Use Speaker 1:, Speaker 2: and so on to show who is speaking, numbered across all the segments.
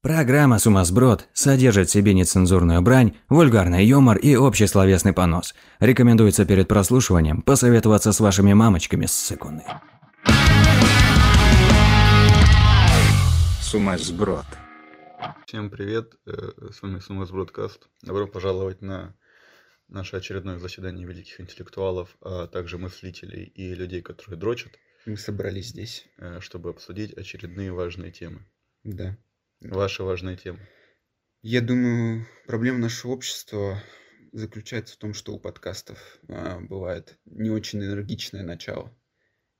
Speaker 1: Программа «Сумасброд» содержит в себе нецензурную брань, вульгарный юмор и общий словесный понос. Рекомендуется перед прослушиванием посоветоваться с вашими мамочками с секунды.
Speaker 2: Сумасброд.
Speaker 3: Всем привет, э, с вами Сумас Бродкаст. Добро пожаловать на наше очередное заседание великих интеллектуалов, а также мыслителей и людей, которые дрочат,
Speaker 4: Мы собрались здесь.
Speaker 3: э, чтобы обсудить очередные важные темы.
Speaker 4: Да.
Speaker 3: Ваши важные темы.
Speaker 4: Я думаю, проблема нашего общества заключается в том, что у подкастов а, бывает не очень энергичное начало.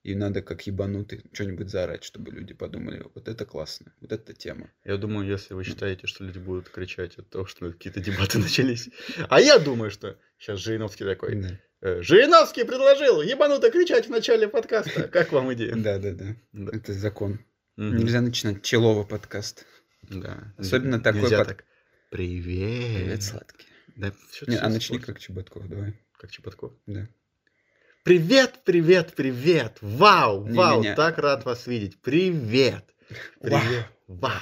Speaker 4: И надо как ебанутый что-нибудь заорать, чтобы люди подумали, вот это классно, вот это тема.
Speaker 3: Я думаю, если вы считаете, что люди будут кричать от того, что какие-то дебаты начались, а я думаю, что сейчас Жириновский такой.
Speaker 4: Да,
Speaker 3: э, Жириновский предложил ебануто кричать в начале подкаста. Как вам идея?
Speaker 4: да, да. да.
Speaker 3: Да.
Speaker 4: Это закон.
Speaker 3: Мгм.
Speaker 4: Нельзя начинать челово подкаст.
Speaker 3: Да.
Speaker 4: Особенно
Speaker 3: Н-
Speaker 4: такой
Speaker 3: нельзя
Speaker 4: под-
Speaker 3: так. Привет.
Speaker 4: Привет, сладкий.
Speaker 3: Да, всё-
Speaker 4: Не,
Speaker 3: всё
Speaker 4: а начни
Speaker 3: сложно.
Speaker 4: как Чеботков, давай.
Speaker 3: Как Чепотков.
Speaker 4: Да.
Speaker 3: Привет, привет, привет! Вау,
Speaker 4: Не, не,
Speaker 3: вау,
Speaker 4: не.
Speaker 3: так рад вас видеть. Привет!
Speaker 4: Вау.
Speaker 3: Привет! Вау!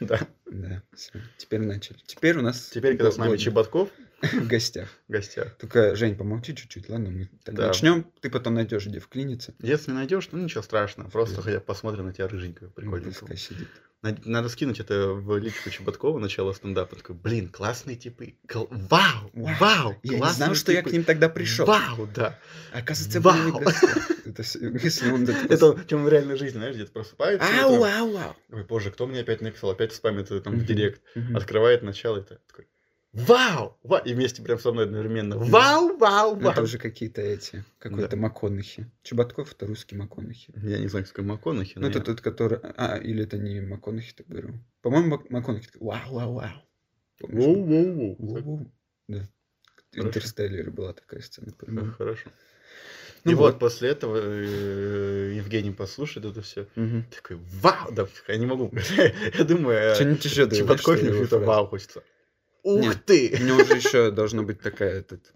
Speaker 3: Да.
Speaker 4: Да, все. Теперь начали. Теперь у нас...
Speaker 3: Теперь, когда с нами
Speaker 4: Володя
Speaker 3: Чеботков
Speaker 4: в гостях.
Speaker 3: в гостях,
Speaker 4: Только, Жень, помолчи чуть-чуть, ладно? Мы так
Speaker 3: Да.
Speaker 4: начнем, ты потом найдешь, где вклиниться.
Speaker 3: если найдешь, ну ничего страшного, просто
Speaker 4: Да.
Speaker 3: хотя бы посмотрим на тебя рыженькую,
Speaker 4: Прикольно.
Speaker 3: прикольненькую. Над- Надо скинуть это в личку Чеботкова, начало стендапа, такой, блин, классные типы, Кл- вау,
Speaker 4: Вау,
Speaker 3: вау,
Speaker 4: Я не знал,
Speaker 3: классные
Speaker 4: что я
Speaker 3: типы.
Speaker 4: к ним тогда пришел.
Speaker 3: Вау, да.
Speaker 4: Оказывается, были они в
Speaker 3: Вау.
Speaker 4: гостях. Это всё, если он такой-
Speaker 3: Это чем в реальной жизни, знаешь, где-то просыпается.
Speaker 4: Ау,
Speaker 3: утром,
Speaker 4: ау, ау.
Speaker 3: Ой, боже, кто мне опять написал, опять спамит это там в
Speaker 4: Мгм.
Speaker 3: директ.
Speaker 4: Мгм.
Speaker 3: открывает начало и так- такой Вау! Ва-» И вместе прям со мной одновременно. Вау, вау,
Speaker 4: Ну,
Speaker 3: вау!
Speaker 4: Это уже какие-то эти, какой-то МакКонахи. Чеботков это русский МакКонахи.
Speaker 3: Я не знаю, какой МакКонахи,
Speaker 4: Ну,
Speaker 3: но
Speaker 4: это
Speaker 3: я-
Speaker 4: тот, который... А, или это не МакКонахи, так говорю. По-моему, Мак- МакКонахи такой, вау, вау, вау. Помнишь?
Speaker 3: Воу-воу-воу. Так,
Speaker 4: Воу-воу. Да. В
Speaker 3: Хорошо.
Speaker 4: Интерстеллере была такая сцена.
Speaker 3: х-
Speaker 4: по-моему.
Speaker 3: Хорошо.
Speaker 4: Ну
Speaker 3: И вот
Speaker 4: вот.
Speaker 3: после этого э, Евгений послушает это все.
Speaker 4: Мгм.
Speaker 3: Такой, вау! Да, я не могу. Я думаю, э,
Speaker 4: Что-нибудь еще давай,
Speaker 3: Чеботков
Speaker 4: что я
Speaker 3: мне
Speaker 4: его
Speaker 3: это
Speaker 4: фразу.
Speaker 3: вау хочется. Ух
Speaker 4: Нет. У
Speaker 3: ты!
Speaker 4: него уже еще должна быть такая этот,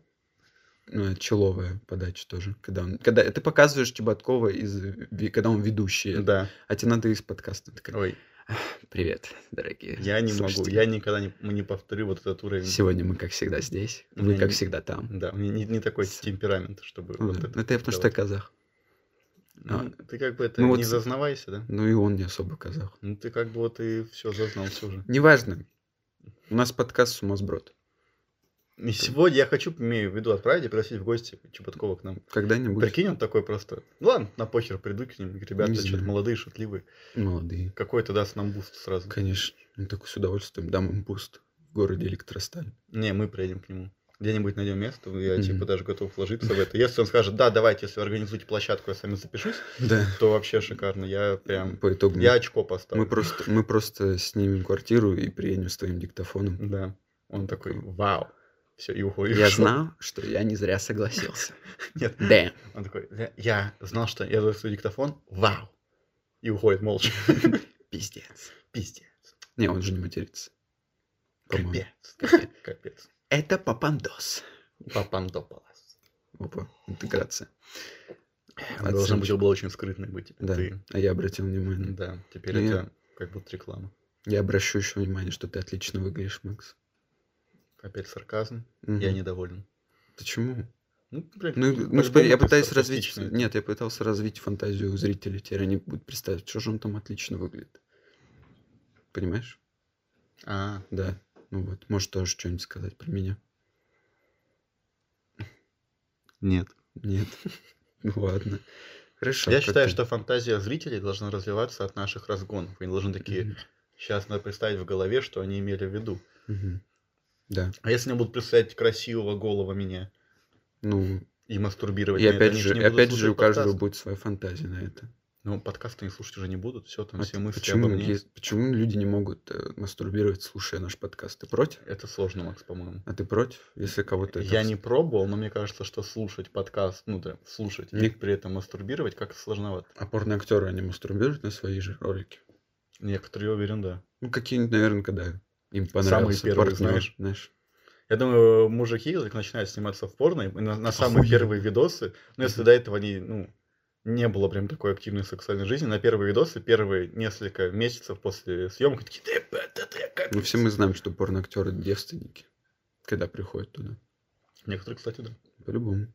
Speaker 4: ну, человая подача тоже. Когда, он, когда ты показываешь Чеботкова, из, ви- когда он ведущий,
Speaker 3: Да.
Speaker 4: а тебе надо из подкаста. Ты такая,
Speaker 3: Ой,
Speaker 4: Привет, дорогие.
Speaker 3: я не могу.
Speaker 4: слушатели.
Speaker 3: Я никогда не, не повторю вот этот уровень.
Speaker 4: Сегодня мы, как всегда, здесь.
Speaker 3: У
Speaker 4: Вы,
Speaker 3: меня
Speaker 4: как
Speaker 3: не-
Speaker 4: всегда, там.
Speaker 3: Да, у меня не, не такой
Speaker 4: С-
Speaker 3: темперамент, чтобы
Speaker 4: Ну
Speaker 3: вот
Speaker 4: да.
Speaker 3: это
Speaker 4: это я потому что я
Speaker 3: давать.
Speaker 4: казах.
Speaker 3: Ну, ты как бы это
Speaker 4: ну
Speaker 3: не
Speaker 4: вот с-
Speaker 3: зазнавайся, да?
Speaker 4: Ну и он не особо казах.
Speaker 3: Ну ты как бы вот и все зазнался уже.
Speaker 4: Неважно. У нас подкаст «Сумасброд».
Speaker 3: И сегодня я хочу, имею в виду, отправить и пригласить в гости Чеботкова к нам.
Speaker 4: Когда-нибудь
Speaker 3: Прикинь, он такой просто. Ну ладно, на похер приду к ним. говорю, Ребята,
Speaker 4: Не
Speaker 3: что-то
Speaker 4: знаю.
Speaker 3: молодые, шутливые.
Speaker 4: молодые.
Speaker 3: Какой-то даст нам буст сразу.
Speaker 4: Конечно. Ну, так с удовольствием дам им пуст в городе Электросталь.
Speaker 3: Не, мы приедем к нему. Где-нибудь найдем место, я
Speaker 4: Мгм.
Speaker 3: типа даже готов вложиться в это. Если он скажет, да, давайте, если вы организуете площадку, я сами запишусь,
Speaker 4: Да.
Speaker 3: то вообще шикарно. Я прям.
Speaker 4: По итогу
Speaker 3: Я очко поставлю.
Speaker 4: мы просто, мы просто снимем квартиру и приедем с твоим диктофоном.
Speaker 3: Да. Он такой, вау. Все, Ну и уходишь.
Speaker 4: Я знал, что я не зря согласился.
Speaker 3: Нет.
Speaker 4: Да.
Speaker 3: Он такой, «Я- я знал, что я даю свой диктофон, вау. И уходит молча.
Speaker 4: Пиздец.
Speaker 3: Пиздец.
Speaker 4: Не, он же не матерится. По-моему.
Speaker 3: Капец. Капец. Капец.
Speaker 4: Это папандос.
Speaker 3: Папандопалас.
Speaker 4: Опа, интеграция. Оценочка.
Speaker 3: Должна быть, было очень скрытной быть.
Speaker 4: Да,
Speaker 3: Ты-
Speaker 4: а я обратил внимание.
Speaker 3: Да, теперь
Speaker 4: Ну, я-
Speaker 3: это как будто реклама.
Speaker 4: Я обращу еще внимание, что ты отлично выглядишь, Макс.
Speaker 3: Опять сарказм.
Speaker 4: Мгм.
Speaker 3: Я недоволен.
Speaker 4: Почему?
Speaker 3: Ну, блин,
Speaker 4: Ну, ну,
Speaker 3: по-любому
Speaker 4: смотри, я
Speaker 3: ты
Speaker 4: пытаюсь развить...
Speaker 3: саркастичный.
Speaker 4: Нет, я пытался развить фантазию зрителей. Теперь они будут представить, что же он там отлично выглядит. Понимаешь?
Speaker 3: А,
Speaker 4: Да. Ну вот, может тоже что-нибудь сказать про меня.
Speaker 3: нет.
Speaker 4: Нет. Ну ладно. Хорошо.
Speaker 3: Я
Speaker 4: как
Speaker 3: считаю,
Speaker 4: ты?
Speaker 3: что фантазия зрителей должна развиваться от наших разгонов. Они должны такие...
Speaker 4: Мгм.
Speaker 3: Сейчас надо представить в голове, что они имели в виду.
Speaker 4: Мгм. Да.
Speaker 3: А если они будут представлять красивого голого меня
Speaker 4: Ну,
Speaker 3: и мастурбировать
Speaker 4: и
Speaker 3: на это,
Speaker 4: опять
Speaker 3: они ж
Speaker 4: же,
Speaker 3: не
Speaker 4: и
Speaker 3: будут
Speaker 4: опять же, у
Speaker 3: слушать
Speaker 4: каждого
Speaker 3: подкаст.
Speaker 4: будет своя фантазия на это.
Speaker 3: Ну, подкасты не слушать уже не будут, все, там
Speaker 4: А
Speaker 3: все
Speaker 4: т-
Speaker 3: мысли
Speaker 4: почему,
Speaker 3: обо мне.
Speaker 4: есть- почему люди не могут э, мастурбировать, слушая наш подкаст? Ты против?
Speaker 3: Это сложно, Макс, по-моему.
Speaker 4: А ты против, если кого-то это
Speaker 3: Я
Speaker 4: вс-
Speaker 3: не пробовал, но мне кажется, что слушать подкаст, ну да, слушать и
Speaker 4: Ник-
Speaker 3: при этом мастурбировать как-то сложновато.
Speaker 4: А порноактеры, они мастурбируют на свои же ролики?
Speaker 3: Некоторые, я уверен, да.
Speaker 4: Ну, какие-нибудь, наверное, когда им понравился
Speaker 3: первые,
Speaker 4: партнер,
Speaker 3: знаешь. Я думаю, мужики так начинают сниматься в порно и на, на самые
Speaker 4: Охуенно.
Speaker 3: первые видосы, но если до этого они, ну, не было прям такой активной сексуальной жизни. На первые видосы, первые несколько месяцев после съемки, такие, «Ты, б- это ты, как
Speaker 4: Ну, все мы знаем, что порноактеры девственники, когда приходят туда.
Speaker 3: Некоторые, кстати, да.
Speaker 4: По-любому.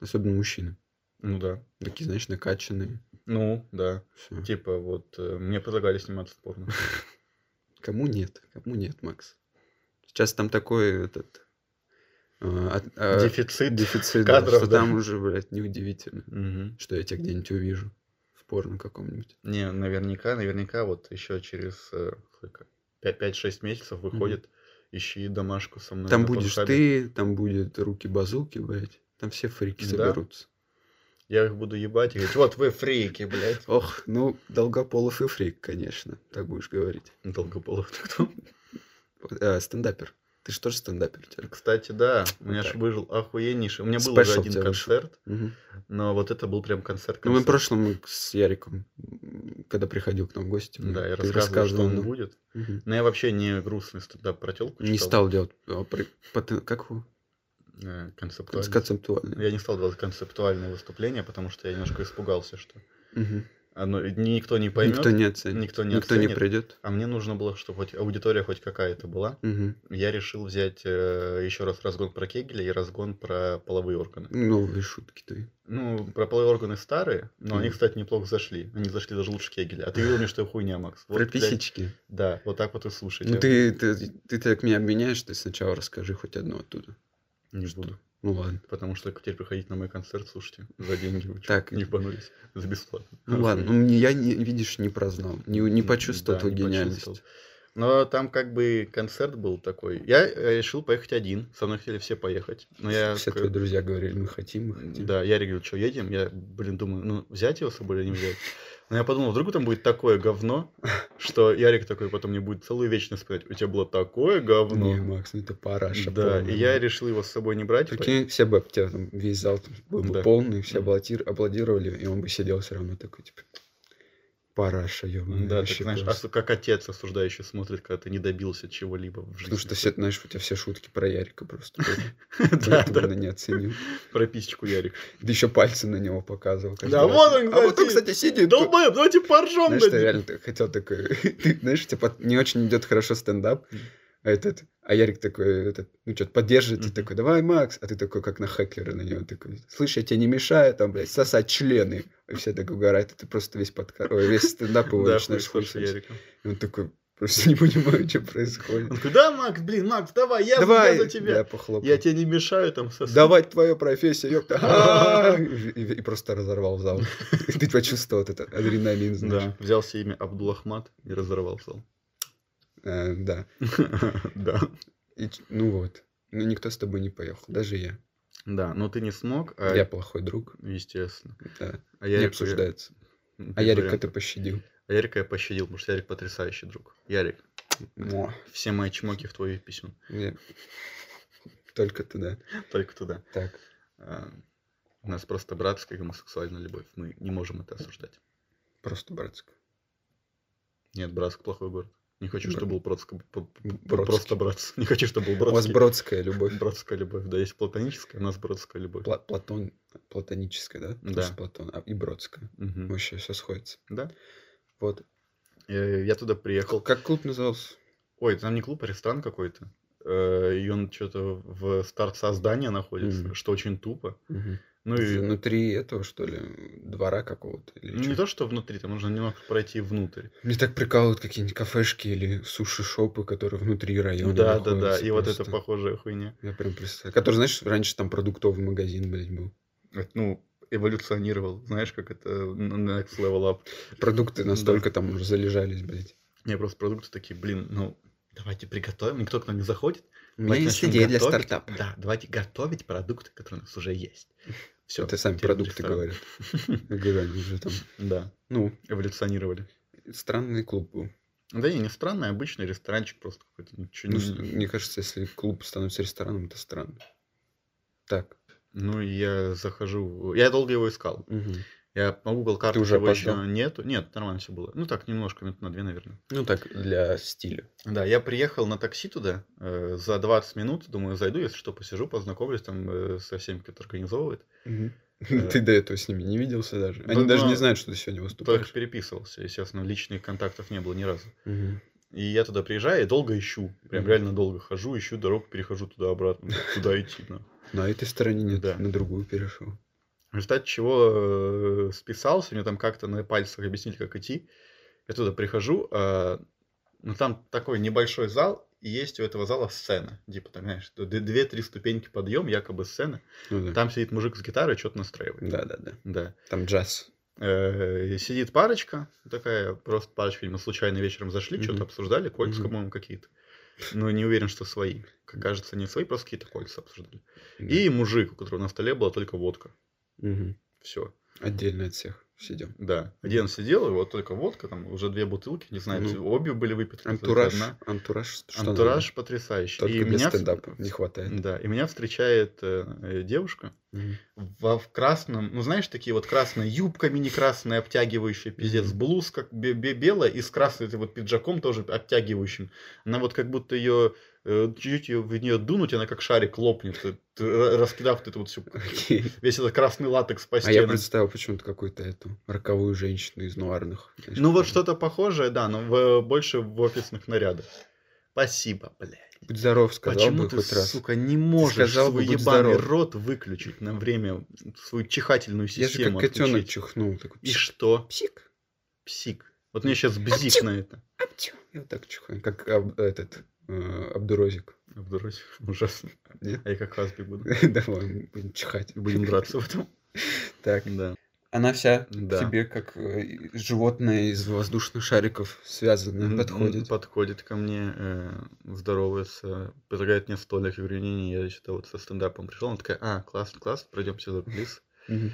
Speaker 4: Особенно мужчины.
Speaker 3: Ну да.
Speaker 4: Такие, знаешь, накачанные.
Speaker 3: Ну, да.
Speaker 4: Всё.
Speaker 3: Типа, вот, э, мне предлагали сниматься в порно.
Speaker 4: Кому нет? Кому нет, Макс? Сейчас там такой этот... э, от- э,
Speaker 3: Дефицит.
Speaker 4: дефицит, да,
Speaker 3: кадров,
Speaker 4: что
Speaker 3: да.
Speaker 4: там уже, блядь, неудивительно,
Speaker 3: Мгм.
Speaker 4: что я тебя где-нибудь увижу. В порно каком-нибудь.
Speaker 3: Не, наверняка, наверняка, вот еще через э, сколько? пять- 5-6 месяцев выходит «Ищи домашку со мной».
Speaker 4: Там
Speaker 3: на
Speaker 4: будешь
Speaker 3: Порнхабе».
Speaker 4: ты, там будет руки-базуки, блядь. Там все фрики
Speaker 3: Да.
Speaker 4: соберутся.
Speaker 3: Я их буду ебать и говорить, вот вы фрики, блядь.
Speaker 4: Ох, ну, Долгополов и фрик, конечно, так будешь говорить.
Speaker 3: Долгополов ты кто?
Speaker 4: Вот, э, стендапер. Ты же тоже стендапер, Тёрк?
Speaker 3: Кстати, да, у меня
Speaker 4: Вот
Speaker 3: же
Speaker 4: так.
Speaker 3: выжил охуеннейший. У меня был уже
Speaker 4: Спешл
Speaker 3: один
Speaker 4: тебя вышел.
Speaker 3: концерт,
Speaker 4: Мгм.
Speaker 3: но вот это был прям концерт.
Speaker 4: Ну, мы в прошлом с Яриком, м, когда приходил к нам в гости, мы-
Speaker 3: Да, я
Speaker 4: ты
Speaker 3: рассказывал, что он
Speaker 4: нам.
Speaker 3: будет.
Speaker 4: Мгм.
Speaker 3: Но я вообще не грустный стендап про тёлку
Speaker 4: Не
Speaker 3: читал,
Speaker 4: стал делать а, при- потен- как его?
Speaker 3: э,
Speaker 4: Конц-
Speaker 3: концептуальный.
Speaker 4: концептуальный.
Speaker 3: Я не стал делать концептуальное выступление, потому что я немножко испугался, что
Speaker 4: Мгм.
Speaker 3: оно- никто не поймет,
Speaker 4: Никто не оценит.
Speaker 3: никто не
Speaker 4: Никто не
Speaker 3: оценит.
Speaker 4: придет.
Speaker 3: а мне нужно было, чтобы хоть аудитория хоть какая-то была.
Speaker 4: Мгм.
Speaker 3: Я решил взять еще раз разгон про Кегеля и разгон про половые органы.
Speaker 4: Новые шутки твои.
Speaker 3: Ну, про половые органы старые, но они,
Speaker 4: Мгм.
Speaker 3: кстати, неплохо зашли. Они зашли даже лучше Кегеля. А ты видел мне, что я хуйня, Макс? Вот,
Speaker 4: Про
Speaker 3: блядь,
Speaker 4: писечки.
Speaker 3: Да, вот так вот и слушай.
Speaker 4: Ну,
Speaker 3: Я
Speaker 4: ты, ты, ты так меня обвиняешь, ты сначала расскажи хоть одно оттуда.
Speaker 3: Не
Speaker 4: что?
Speaker 3: буду.
Speaker 4: Ну, ладно.
Speaker 3: Потому что теперь приходить на мой концерт, слушайте, за деньги. вы чё,
Speaker 4: Так.
Speaker 3: Не ебанулись. За бесплатно.
Speaker 4: Ну, ладно. Ну, мне- я, не, видишь, не прознал. Не, не
Speaker 3: М,
Speaker 4: почувствовал
Speaker 3: да,
Speaker 4: твою
Speaker 3: не
Speaker 4: гениальность.
Speaker 3: почувствовал. Но там как бы концерт был такой. Я э, решил поехать один. Со мной хотели все поехать. Но Ну, я...
Speaker 4: Все
Speaker 3: к-
Speaker 4: твои друзья говорили, мы хотим, мы хотим.
Speaker 3: Да, Ярик говорил, что едем? Я, блин, думаю, ну, взять его с собой или не взять? Но я подумал, вдруг там будет такое говно, что Ярик такой потом мне будет целую вечность вспоминать. У тебя было такое
Speaker 4: Не,
Speaker 3: говно.
Speaker 4: Макс, ну это параша.
Speaker 3: Да,
Speaker 4: полная,
Speaker 3: и я
Speaker 4: блядь.
Speaker 3: решил его с собой не брать.
Speaker 4: Прикинь, все бы тебя там весь зал там был бы
Speaker 3: Да.
Speaker 4: полный, все
Speaker 3: Мгм.
Speaker 4: аплодир- аплодировали, и он бы сидел все равно такой, типа, параша,
Speaker 3: Да,
Speaker 4: ё-моё,
Speaker 3: так,
Speaker 4: ну, вообще
Speaker 3: знаешь,
Speaker 4: просто».
Speaker 3: осу- как отец осуждающий смотрит, когда ты не добился чего-либо в жизни.
Speaker 4: Потому что все, знаешь, у тебя все шутки про Ярика просто. были.
Speaker 3: Да,
Speaker 4: Поэтому
Speaker 3: да,
Speaker 4: она не оценил.
Speaker 3: про писечку Ярик.
Speaker 4: Ты еще пальцы на него показывал. каждый
Speaker 3: Да,
Speaker 4: раз.
Speaker 3: вот он,
Speaker 4: А вот он,
Speaker 3: кстати,
Speaker 4: кстати, сидит. тут.
Speaker 3: Долбоеб, ну, давайте поржем
Speaker 4: Знаешь,
Speaker 3: над
Speaker 4: ты
Speaker 3: ним.
Speaker 4: реально так хотел такой... Ты, знаешь, типа, не очень идет хорошо стендап,
Speaker 3: Мгм.
Speaker 4: а этот... А Ярик такой, этот, ну что-то поддержит, и
Speaker 3: Мгм.
Speaker 4: такой, давай, Макс. А ты такой, как на хакера на него, такой, слышь, я тебе не мешаю, там, блядь, сосать члены. И все так угорают, и ты просто весь подка... Ой, весь стендап его
Speaker 3: Да, хуй
Speaker 4: начинаешь
Speaker 3: слушай
Speaker 4: слушать.
Speaker 3: Ярика.
Speaker 4: И он такой, просто не понимаю, что
Speaker 3: Он
Speaker 4: происходит.
Speaker 3: такой, да, Макс, блин, Макс, давай, я, за-
Speaker 4: Давай,
Speaker 3: я за тебя.
Speaker 4: Да, похлопал.
Speaker 3: Я тебе не мешаю там сосать.
Speaker 4: Давай твою профессию, ёпта. А! И- И и просто разорвал зал. Ты почувствовал вот этот адреналин, знаешь.
Speaker 3: Да, взял себе имя Абдулахмат и разорвал зал.
Speaker 4: Э, Да.
Speaker 3: Да.
Speaker 4: И ч- ну вот. Ну никто с тобой не поехал, даже я.
Speaker 3: Да, но ты не смог, а...
Speaker 4: Я плохой друг.
Speaker 3: Естественно.
Speaker 4: Да.
Speaker 3: А
Speaker 4: Не
Speaker 3: Ярик-
Speaker 4: обсуждается.
Speaker 3: Без
Speaker 4: А Ярика
Speaker 3: вариантов.
Speaker 4: ты пощадил.
Speaker 3: А Ярика я пощадил, потому что Ярик потрясающий друг. Ярик,
Speaker 4: Муа.
Speaker 3: все мои чмоки в твои письма.
Speaker 4: Я- Только туда.
Speaker 3: Только туда.
Speaker 4: Так.
Speaker 3: А, У нас просто братская гомосексуальная любовь. Мы не можем это осуждать.
Speaker 4: Просто братск.
Speaker 3: Нет, Братск плохой город. Не хочу,
Speaker 4: Бра-
Speaker 3: чтобы был Бродск. п- п- п-
Speaker 4: Бродский.
Speaker 3: Просто Братск. Не хочу, чтобы был
Speaker 4: У вас
Speaker 3: Бродский.
Speaker 4: бродская любовь.
Speaker 3: Братская любовь. Да, есть платоническая, у нас братская любовь.
Speaker 4: Пла- Платон. Платоническая, да? Потому
Speaker 3: Да.
Speaker 4: что Платон. а, И бродская.
Speaker 3: Мгм.
Speaker 4: Вообще все сходится.
Speaker 3: Да.
Speaker 4: Вот.
Speaker 3: Э, Я туда приехал.
Speaker 4: Как клуб назывался?
Speaker 3: Ой, там не клуб, а ресторан какой-то. Э, И он что-то в старт создания находится,
Speaker 4: Мгм.
Speaker 3: что очень тупо.
Speaker 4: Мгм.
Speaker 3: Ну и
Speaker 4: Внутри этого, что ли, двора какого-то? или
Speaker 3: не
Speaker 4: чё?
Speaker 3: то, что внутри, там нужно немного пройти внутрь.
Speaker 4: Мне так прикалывают какие-нибудь кафешки или суши-шопы, которые внутри района
Speaker 3: Да, да, да.
Speaker 4: находятся
Speaker 3: И вот
Speaker 4: просто.
Speaker 3: это похожая хуйня.
Speaker 4: Я прям представляю. Который, знаешь, раньше там продуктовый магазин, блядь, был.
Speaker 3: Это, Ну, эволюционировал. Знаешь, как это н- next level up.
Speaker 4: Продукты
Speaker 3: Да.
Speaker 4: настолько там уже залежались, блядь.
Speaker 3: Не, просто продукты такие, блин, ну, давайте приготовим, никто к нам не заходит.
Speaker 4: У
Speaker 3: Давайте начнем готовить.
Speaker 4: стартапа.
Speaker 3: Да, давайте готовить продукты, которые у нас уже есть. Все.
Speaker 4: Это сами продукты говорят. Я говорю, они уже там.
Speaker 3: Да,
Speaker 4: Ну,
Speaker 3: эволюционировали.
Speaker 4: странный клуб был.
Speaker 3: Да и не странный, обычный ресторанчик просто какой-то. Ничего
Speaker 4: Ну,
Speaker 3: не-
Speaker 4: с- мне кажется, если клуб становится рестораном, это странно. Так.
Speaker 3: Ну, и я захожу... Я долго его искал.
Speaker 4: мгм.
Speaker 3: Я по Google карте
Speaker 4: уже
Speaker 3: его еще
Speaker 4: опоздал?
Speaker 3: нету. Нет, нормально все было. Ну, так, немножко, минут на две, наверное.
Speaker 4: Ну, так, для стиля.
Speaker 3: Да, я приехал на такси туда э, за 20 минут. Думаю, зайду, если что, посижу, познакомлюсь там э, со всеми, кто это организовывает.
Speaker 4: Ну, Ты до этого с ними не виделся даже. Они
Speaker 3: Ну Да,
Speaker 4: даже
Speaker 3: да.
Speaker 4: не знают, что ты сегодня
Speaker 3: Только
Speaker 4: выступаешь.
Speaker 3: переписывался, естественно, личных контактов не было ни разу.
Speaker 4: Мгм.
Speaker 3: И я туда приезжаю и долго ищу. Прям
Speaker 4: Мгм.
Speaker 3: реально долго хожу, ищу дорогу, перехожу туда-обратно. Куда идти, ну.
Speaker 4: На а этой стороне нет,
Speaker 3: Да.
Speaker 4: на другую перешел.
Speaker 3: В результате чего э, списался, мне там как-то на пальцах объяснили, как идти. Я туда прихожу, а, ну там такой небольшой зал, и есть у этого зала сцена. Типа, там, знаешь, д- две-три ступеньки подъем, якобы сцена.
Speaker 4: Ну да.
Speaker 3: Там сидит мужик с гитарой, что-то настраивает.
Speaker 4: Да, да, да.
Speaker 3: Да.
Speaker 4: Там джаз.
Speaker 3: Э, и сидит парочка, такая просто парочка, видимо, случайно вечером зашли,
Speaker 4: Мгм.
Speaker 3: что-то обсуждали, кольца,
Speaker 4: Мгм.
Speaker 3: по-моему, какие-то. Но не уверен, что свои. Как кажется, не свои, просто какие-то кольца обсуждали.
Speaker 4: Да.
Speaker 3: И мужик, у которого на столе была только водка.
Speaker 4: Мгм.
Speaker 3: Все.
Speaker 4: Отдельно от всех сидим.
Speaker 3: Да. Один сидел, и вот только водка, там уже две бутылки, не знаю,
Speaker 4: Ну,
Speaker 3: обе были выпиты. то есть
Speaker 4: Антураж.
Speaker 3: одна.
Speaker 4: Антураж. что
Speaker 3: Антураж
Speaker 4: надо.
Speaker 3: потрясающий.
Speaker 4: Только
Speaker 3: и
Speaker 4: без
Speaker 3: меня... в-
Speaker 4: стендапа не хватает.
Speaker 3: Да, и меня встречает э, э, девушка,
Speaker 4: Мгм.
Speaker 3: во, в красном, ну знаешь, такие вот красная юбка мини-красная, обтягивающая, пиздец,
Speaker 4: Мгм.
Speaker 3: блузка бе- бе- белая и с красным этой вот пиджаком тоже обтягивающим. Она вот как будто ее, чуть-чуть ее в нее дунуть, она как шарик лопнет, э, т- э, раскидав вот эту вот всю,
Speaker 4: Окей.
Speaker 3: весь этот красный латекс по
Speaker 4: А я
Speaker 3: стенам.
Speaker 4: представил почему-то какую-то эту роковую женщину из нуарных. знаешь,
Speaker 3: Ну вот
Speaker 4: которая-
Speaker 3: что-то похожее, да, но в- э, больше в офисных нарядах. Спасибо, блядь.
Speaker 4: Будь здоров, сказал
Speaker 3: Почему
Speaker 4: бы
Speaker 3: ты,
Speaker 4: хоть раз.
Speaker 3: сука, не можешь
Speaker 4: сказал бы,
Speaker 3: свой
Speaker 4: будь
Speaker 3: ебаный
Speaker 4: здоров.
Speaker 3: рот выключить на время, свою чихательную
Speaker 4: я же
Speaker 3: систему
Speaker 4: как котенок
Speaker 3: отключить?
Speaker 4: чихнул. Такой,
Speaker 3: И
Speaker 4: псик,
Speaker 3: что?
Speaker 4: псик.
Speaker 3: Псик. Вот мне сейчас бзик на это.
Speaker 4: Аптю. Я вот так чихаю. Как об- этот э, Абдурозик.
Speaker 3: Обдурать. Ужасно.
Speaker 4: Нет?
Speaker 3: А я как Хасби буду.
Speaker 4: Давай будем чихать.
Speaker 3: Будем драться в этом.
Speaker 4: Так.
Speaker 3: Да.
Speaker 4: Она вся
Speaker 3: Да.
Speaker 4: тебе как э, и- животное из воздушных шариков связанное
Speaker 3: М,
Speaker 4: подходит.
Speaker 3: Подходит ко мне, э, здоровается, предлагает мне столик. Я говорю, не-не, я что-то вот со стендапом пришел. Она такая, а, классно, классно, пройдемся за кулис.
Speaker 4: Мгм.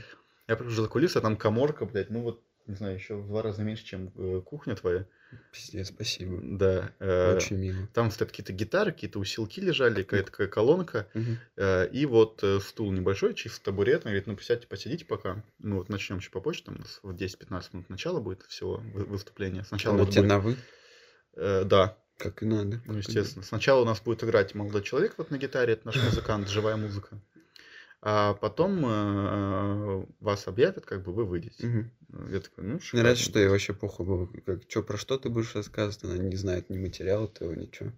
Speaker 3: Я прохожу за кулисы, а там коморка, блядь, ну вот, не знаю, еще в два раза меньше, чем э, кухня твоя.
Speaker 4: Пиздец, спасибо.
Speaker 3: Да. э,
Speaker 4: Очень мило.
Speaker 3: Там стоят какие-то гитары, какие-то усилки лежали, какая-то такая колонка.
Speaker 4: Мгм.
Speaker 3: Э, И вот э, стул небольшой, чисто табурет. Он говорит, ну присядьте, посидите пока. Ну вот начнем еще попозже, там у нас в 10-15 минут начало будет всего вы- выступления. Сначала
Speaker 4: Она
Speaker 3: вот
Speaker 4: тебе
Speaker 3: будет-
Speaker 4: на вы,
Speaker 3: э, Да,
Speaker 4: как и надо. как и
Speaker 3: ну
Speaker 4: надо.
Speaker 3: естественно. Сначала у нас будет играть молодой человек вот на гитаре, это наш музыкант, живая музыка. А потом э, вас объявят, как бы вы выйдете.
Speaker 4: Мгм.
Speaker 3: Я такой, ну
Speaker 4: Мне нравится, что
Speaker 3: шикарно.
Speaker 4: я вообще похуй был. Как, чё, про что ты будешь рассказывать? Она не знает ни материала твоего, ничего.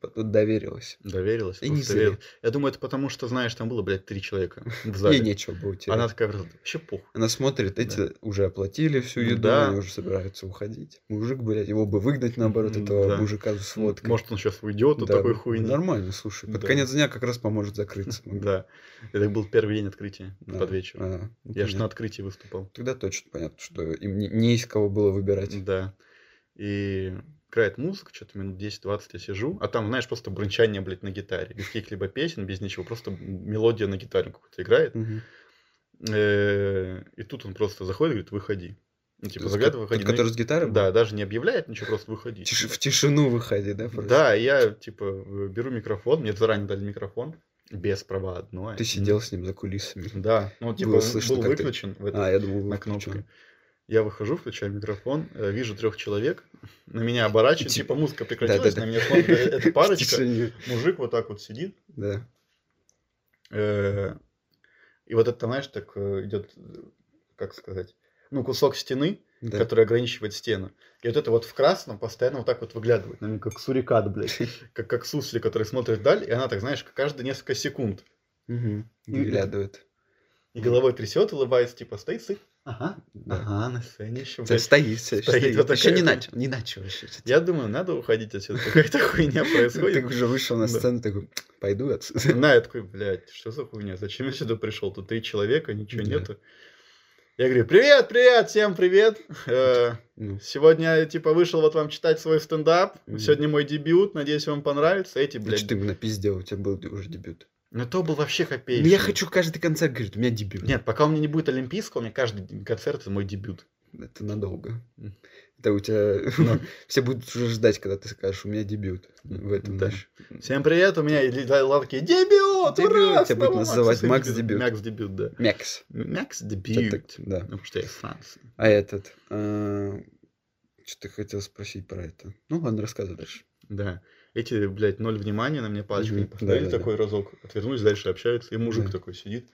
Speaker 4: Потом доверилась.
Speaker 3: Доверилась,
Speaker 4: И не
Speaker 3: просто
Speaker 4: зря.
Speaker 3: верила. Я думаю, это потому, что, знаешь, там было, блядь, три человека в
Speaker 4: Ей
Speaker 3: зале.
Speaker 4: нечего было терять.
Speaker 3: Она
Speaker 4: Она...
Speaker 3: такая, вообще похуй.
Speaker 4: смотрит, эти уже оплатили всю
Speaker 3: Ну
Speaker 4: еду,
Speaker 3: да.
Speaker 4: они уже собираются уходить. Мужик, блядь, его бы выгнать, наоборот,
Speaker 3: Ну
Speaker 4: этого
Speaker 3: да.
Speaker 4: мужика с водкой.
Speaker 3: Может, он сейчас уйдет от
Speaker 4: Да,
Speaker 3: такой
Speaker 4: ну,
Speaker 3: хуйни.
Speaker 4: Нормально, слушай. Под
Speaker 3: Да.
Speaker 4: конец дня как раз поможет закрыться.
Speaker 3: Да. Это был первый день открытия
Speaker 4: Да.
Speaker 3: под вечер.
Speaker 4: А, ну,
Speaker 3: Я же на
Speaker 4: понятно.
Speaker 3: открытии выступал.
Speaker 4: Тогда точно понятно, что им не, не из кого было выбирать.
Speaker 3: Да. И играет музыка, что-то минут 10-20 я сижу, а там, знаешь, просто брынчание, блядь, на гитаре. Без каких-либо песен, без ничего, просто мелодия на гитаре какую-то играет.
Speaker 4: Мгм.
Speaker 3: Э, И тут он просто заходит и говорит, выходи. Ну, типа,
Speaker 4: Тот,
Speaker 3: заглядывай,
Speaker 4: тот,
Speaker 3: выходи. Ну,
Speaker 4: который с гитарой? был?
Speaker 3: Да, даже не объявляет ничего, просто выходи.
Speaker 4: Тиш- в тишину выходи, да? просто?
Speaker 3: Да, и я, типа, э, беру микрофон, мне заранее дали микрофон, без права одно.
Speaker 4: Ты сидел с ним за кулисами.
Speaker 3: Да, ну, типа,
Speaker 4: Было
Speaker 3: он
Speaker 4: слышно,
Speaker 3: был
Speaker 4: как ты-
Speaker 3: выключен в этот
Speaker 4: А, я думал, вы
Speaker 3: на
Speaker 4: включён.
Speaker 3: кнопке. Я выхожу, включаю микрофон, э, вижу трех человек, на меня
Speaker 4: И
Speaker 3: оборачиваются,
Speaker 4: тип-
Speaker 3: типа музыка прекратилась,
Speaker 4: Да-да-да.
Speaker 3: на меня смотрят, э, эта
Speaker 4: В
Speaker 3: парочка,
Speaker 4: тишине.
Speaker 3: мужик вот так вот сидит,
Speaker 4: Да.
Speaker 3: э, и вот это, знаешь, так э, идет, э, как сказать, ну, кусок стены,
Speaker 4: Да.
Speaker 3: который ограничивает стену. И вот это вот в красном постоянно вот так вот выглядывает, на меня как сурикат, блядь, как, как сусли, который смотрит вдаль, и она так, знаешь, каждые несколько секунд.
Speaker 4: Мгм.
Speaker 3: Ну, это-
Speaker 4: Выглядывает.
Speaker 3: И головой трясет, улыбается, типа, стоит, стоит. Ага,
Speaker 4: Да.
Speaker 3: ага, на сцене еще,
Speaker 4: Да, Стоит, стоит.
Speaker 3: Стоит
Speaker 4: стоит.
Speaker 3: вот
Speaker 4: Еще
Speaker 3: такая
Speaker 4: не
Speaker 3: хуйня.
Speaker 4: начал, не начал еще.
Speaker 3: Я думаю, надо уходить отсюда, какая-то хуйня
Speaker 4: Ты
Speaker 3: происходит.
Speaker 4: уже вышел на
Speaker 3: Да.
Speaker 4: сцену, такой, пойду отсюда.
Speaker 3: На, я такой, блядь, что за хуйня, зачем я сюда пришел, тут три человека, ничего
Speaker 4: Да.
Speaker 3: нету. Я говорю, привет, привет, всем привет. Э,
Speaker 4: Ну,
Speaker 3: Сегодня, я, типа, вышел вот вам читать свой стендап.
Speaker 4: Мгм.
Speaker 3: Сегодня мой дебют, надеюсь, вам понравится. Эти,
Speaker 4: ну что
Speaker 3: блядь,
Speaker 4: ты мне напиздел, у тебя был уже дебют.
Speaker 3: ну то был вообще копеечный.
Speaker 4: Ну, я хочу каждый концерт, говорит, у меня дебют.
Speaker 3: Нет, пока у меня не будет олимпийского, мне каждый концерт это мой дебют.
Speaker 4: Это надолго.
Speaker 3: М.
Speaker 4: Это у тебя...
Speaker 3: Но-
Speaker 4: Все будут уже ждать, когда ты скажешь, у меня дебют. В этом,
Speaker 3: Да.
Speaker 4: знаешь.
Speaker 3: Всем привет, у меня и Лида Лаки. Дебют,
Speaker 4: Дебют,
Speaker 3: ура!
Speaker 4: тебя
Speaker 3: снова
Speaker 4: будут называть Макс Дебют.
Speaker 3: Макс дебют, да.
Speaker 4: Мекс.
Speaker 3: Макс
Speaker 4: Это так,
Speaker 3: дебют.
Speaker 4: Да.
Speaker 3: Ну, потому что я из Франции.
Speaker 4: А этот... Что ты хотел спросить про это? Ну ладно, рассказывай дальше.
Speaker 3: Да. Эти, блядь, ноль внимания на меня палочку не
Speaker 4: Мгм.
Speaker 3: поставили
Speaker 4: Да-да-да.
Speaker 3: такой разок. Отвернулись, дальше общаются. И мужик
Speaker 4: Да.
Speaker 3: такой сидит.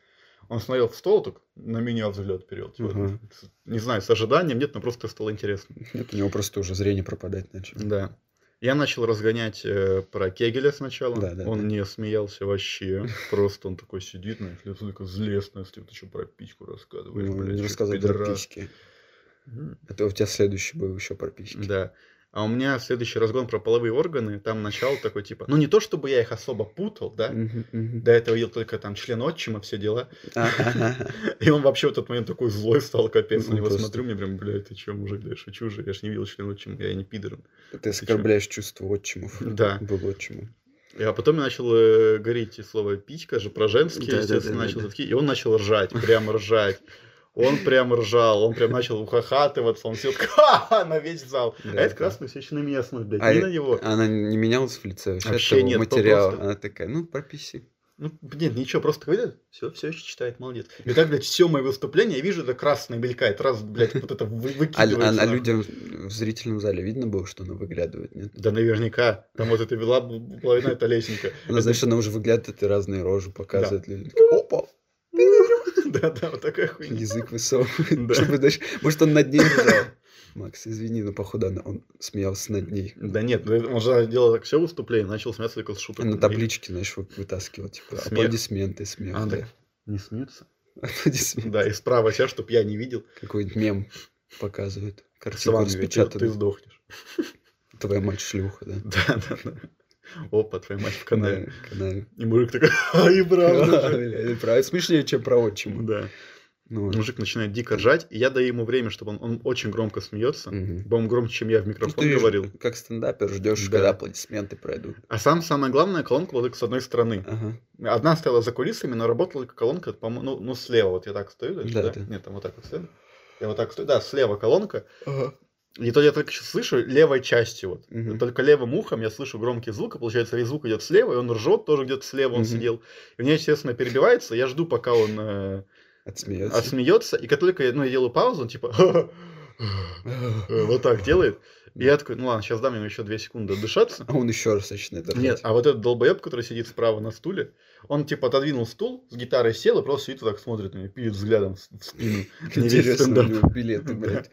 Speaker 3: Он смотрел в стол, так на меня взгляд перевел. Типа,
Speaker 4: Мгм.
Speaker 3: с- Не знаю, с ожиданием, нет, но просто стало интересно.
Speaker 4: Нет, у него просто уже зрение пропадать начало.
Speaker 3: Да. Я начал разгонять э, про Кегеля сначала.
Speaker 4: Да, да,
Speaker 3: он
Speaker 4: да.
Speaker 3: не смеялся вообще. Просто он такой сидит на их лицо, такой злестный, если ты что про пичку рассказываешь,
Speaker 4: Ну,
Speaker 3: блядь,
Speaker 4: не
Speaker 3: чё,
Speaker 4: рассказывать про
Speaker 3: пидорас».
Speaker 4: письки.
Speaker 3: Мгм.
Speaker 4: А то у тебя следующий был еще про письки.
Speaker 3: Да. А у меня следующий разгон про половые органы, там начало такое типа, ну не то чтобы я их особо путал, да,
Speaker 4: Мгм, мгм. А,
Speaker 3: до этого видел только там член отчима, все дела,
Speaker 4: Ага.
Speaker 3: и он вообще в тот момент такой злой стал, капец, на
Speaker 4: Ну,
Speaker 3: него
Speaker 4: просто.
Speaker 3: смотрю, мне прям, блядь, ты че, мужик, да я шучу же, я ж не видел член отчима, я и не пидор.
Speaker 4: Ты оскорбляешь чувство отчимов.
Speaker 3: Да.
Speaker 4: Был отчимом.
Speaker 3: А потом я начал э, говорить и слово пичка же про женские,
Speaker 4: Да, да,
Speaker 3: естественно,
Speaker 4: да, да,
Speaker 3: начал
Speaker 4: да.
Speaker 3: такие, и он начал ржать, прям ржать. Он прям ржал, он прям начал ухахатываться, он сел ха на весь зал.
Speaker 4: Да,
Speaker 3: а это
Speaker 4: да.
Speaker 3: красная свечина меня смотрит, блядь,
Speaker 4: А
Speaker 3: не
Speaker 4: э-
Speaker 3: на него.
Speaker 4: Она не менялась в лице вообще, от
Speaker 3: Вообще
Speaker 4: того
Speaker 3: нет, то
Speaker 4: материала.
Speaker 3: просто-
Speaker 4: Она такая, ну, про писи.
Speaker 3: Ну, нет, ничего, просто говорит, все, все еще читает, молодец. И так, блядь, все мое выступление, я вижу, это красное мелькает, раз, блядь, вот это вы-
Speaker 4: А,
Speaker 3: выкидывается.
Speaker 4: а- а
Speaker 3: нахуй.
Speaker 4: людям в зрительном зале видно было, что она выглядывает, нет?
Speaker 3: Да наверняка, там вот это вела б- половина эта лесенка.
Speaker 4: Она, знаешь, она уже выглядывает и разные рожи показывает людям. Опа!
Speaker 3: Да-да, вот такая хуйня.
Speaker 4: Язык высовывает.
Speaker 3: Да.
Speaker 4: Чтобы, знаешь, может, он над ней лежал. Макс, извини, но походу она- он смеялся над ней.
Speaker 3: Да нет, ну, он же делал так все выступление, начал смеяться только с шуток.
Speaker 4: На табличке, знаешь, вы- вытаскивал, типа,
Speaker 3: Смех.
Speaker 4: аплодисменты, смех.
Speaker 3: А,
Speaker 4: да.
Speaker 3: Не смеются?
Speaker 4: Аплодисменты.
Speaker 3: Да, и справа тебя, чтоб я не видел.
Speaker 4: Какой-нибудь мем показывает. Картинку
Speaker 3: Сам ты, ты
Speaker 4: распечатанную.
Speaker 3: сдохнешь.
Speaker 4: Твоя мать шлюха, да?
Speaker 3: Да-да-да. Опа, твоя мать в канале.
Speaker 4: На канале.
Speaker 3: И мужик такой, «Ха, и правда же».
Speaker 4: Бля, это правда. Смешнее, чем про отчима.
Speaker 3: Да.
Speaker 4: Ну, вот.
Speaker 3: Мужик начинает дико ржать, и я даю ему время, чтобы он, он очень громко смеется.
Speaker 4: Мгм.
Speaker 3: По-моему, громче, чем я в
Speaker 4: Ну,
Speaker 3: микрофон
Speaker 4: ты
Speaker 3: говорил.
Speaker 4: как стендапер ждешь,
Speaker 3: Да.
Speaker 4: когда аплодисменты пройдут.
Speaker 3: А сам самое главное, колонка была только с одной стороны.
Speaker 4: Ага.
Speaker 3: Одна стояла за кулисами, но работала только колонка, по-моему, ну, ну, слева. Вот я так стою, даже,
Speaker 4: Да,
Speaker 3: да?
Speaker 4: да.
Speaker 3: Нет, там вот так вот стою. Я вот так стою. Да, слева колонка. И то я только сейчас слышу левой частью вот.
Speaker 4: Мгм.
Speaker 3: Только левым ухом я слышу громкий звук, и получается весь звук идет слева, и он ржет тоже где-то слева, он
Speaker 4: Мгм.
Speaker 3: сидел. И у меня, естественно, перебивается, я жду, пока он э,
Speaker 4: Отсмеется.
Speaker 3: отсмеется, и как только я, ну, я делаю паузу, он типа э, вот так делает. И я такой, ну ладно, сейчас дам ему еще две секунды отдышаться.
Speaker 4: А он еще раз начинает ржать.
Speaker 3: Нет, а вот этот долбоеб, который сидит справа на стуле, он типа отодвинул стул, с гитарой сел и просто сидит вот так смотрит на меня, пилит взглядом в в спину. не весь
Speaker 4: Интересно, у
Speaker 3: стендап. Ну,
Speaker 4: него билеты, блядь.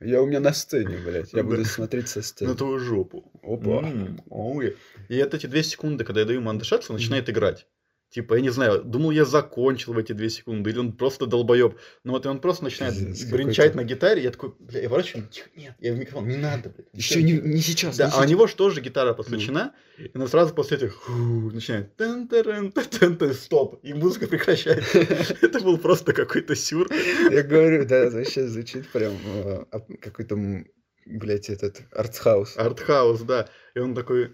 Speaker 4: Я у меня на сцене, блядь. Я
Speaker 3: Да.
Speaker 4: буду смотреть со
Speaker 3: На
Speaker 4: сцены.
Speaker 3: твою жопу.
Speaker 4: Опа.
Speaker 3: М, ой. И это эти две секунды, когда я даю ему отдышаться, он начинает играть. Типа, я не знаю, думал, я закончил в эти две секунды, или он просто долбоеб. Ну вот и он просто начинает
Speaker 4: Пиздец
Speaker 3: бренчать
Speaker 4: какой-то.
Speaker 3: на гитаре. Я такой, бля, я ворочаю, тихо, нет, я в микрофон, не надо, блядь.
Speaker 4: Еще не, не сейчас.
Speaker 3: Да,
Speaker 4: не
Speaker 3: а у
Speaker 4: сейчас.
Speaker 3: него же тоже гитара подключена, и она сразу после этих «ху» начинает тэн тэн стоп, и музыка прекращается. Это был просто какой-то сюр.
Speaker 4: Я говорю, да, вообще звучит прям э, а- какой-то, м, блядь, этот артхаус.
Speaker 3: А, Артхаус, да. И он такой,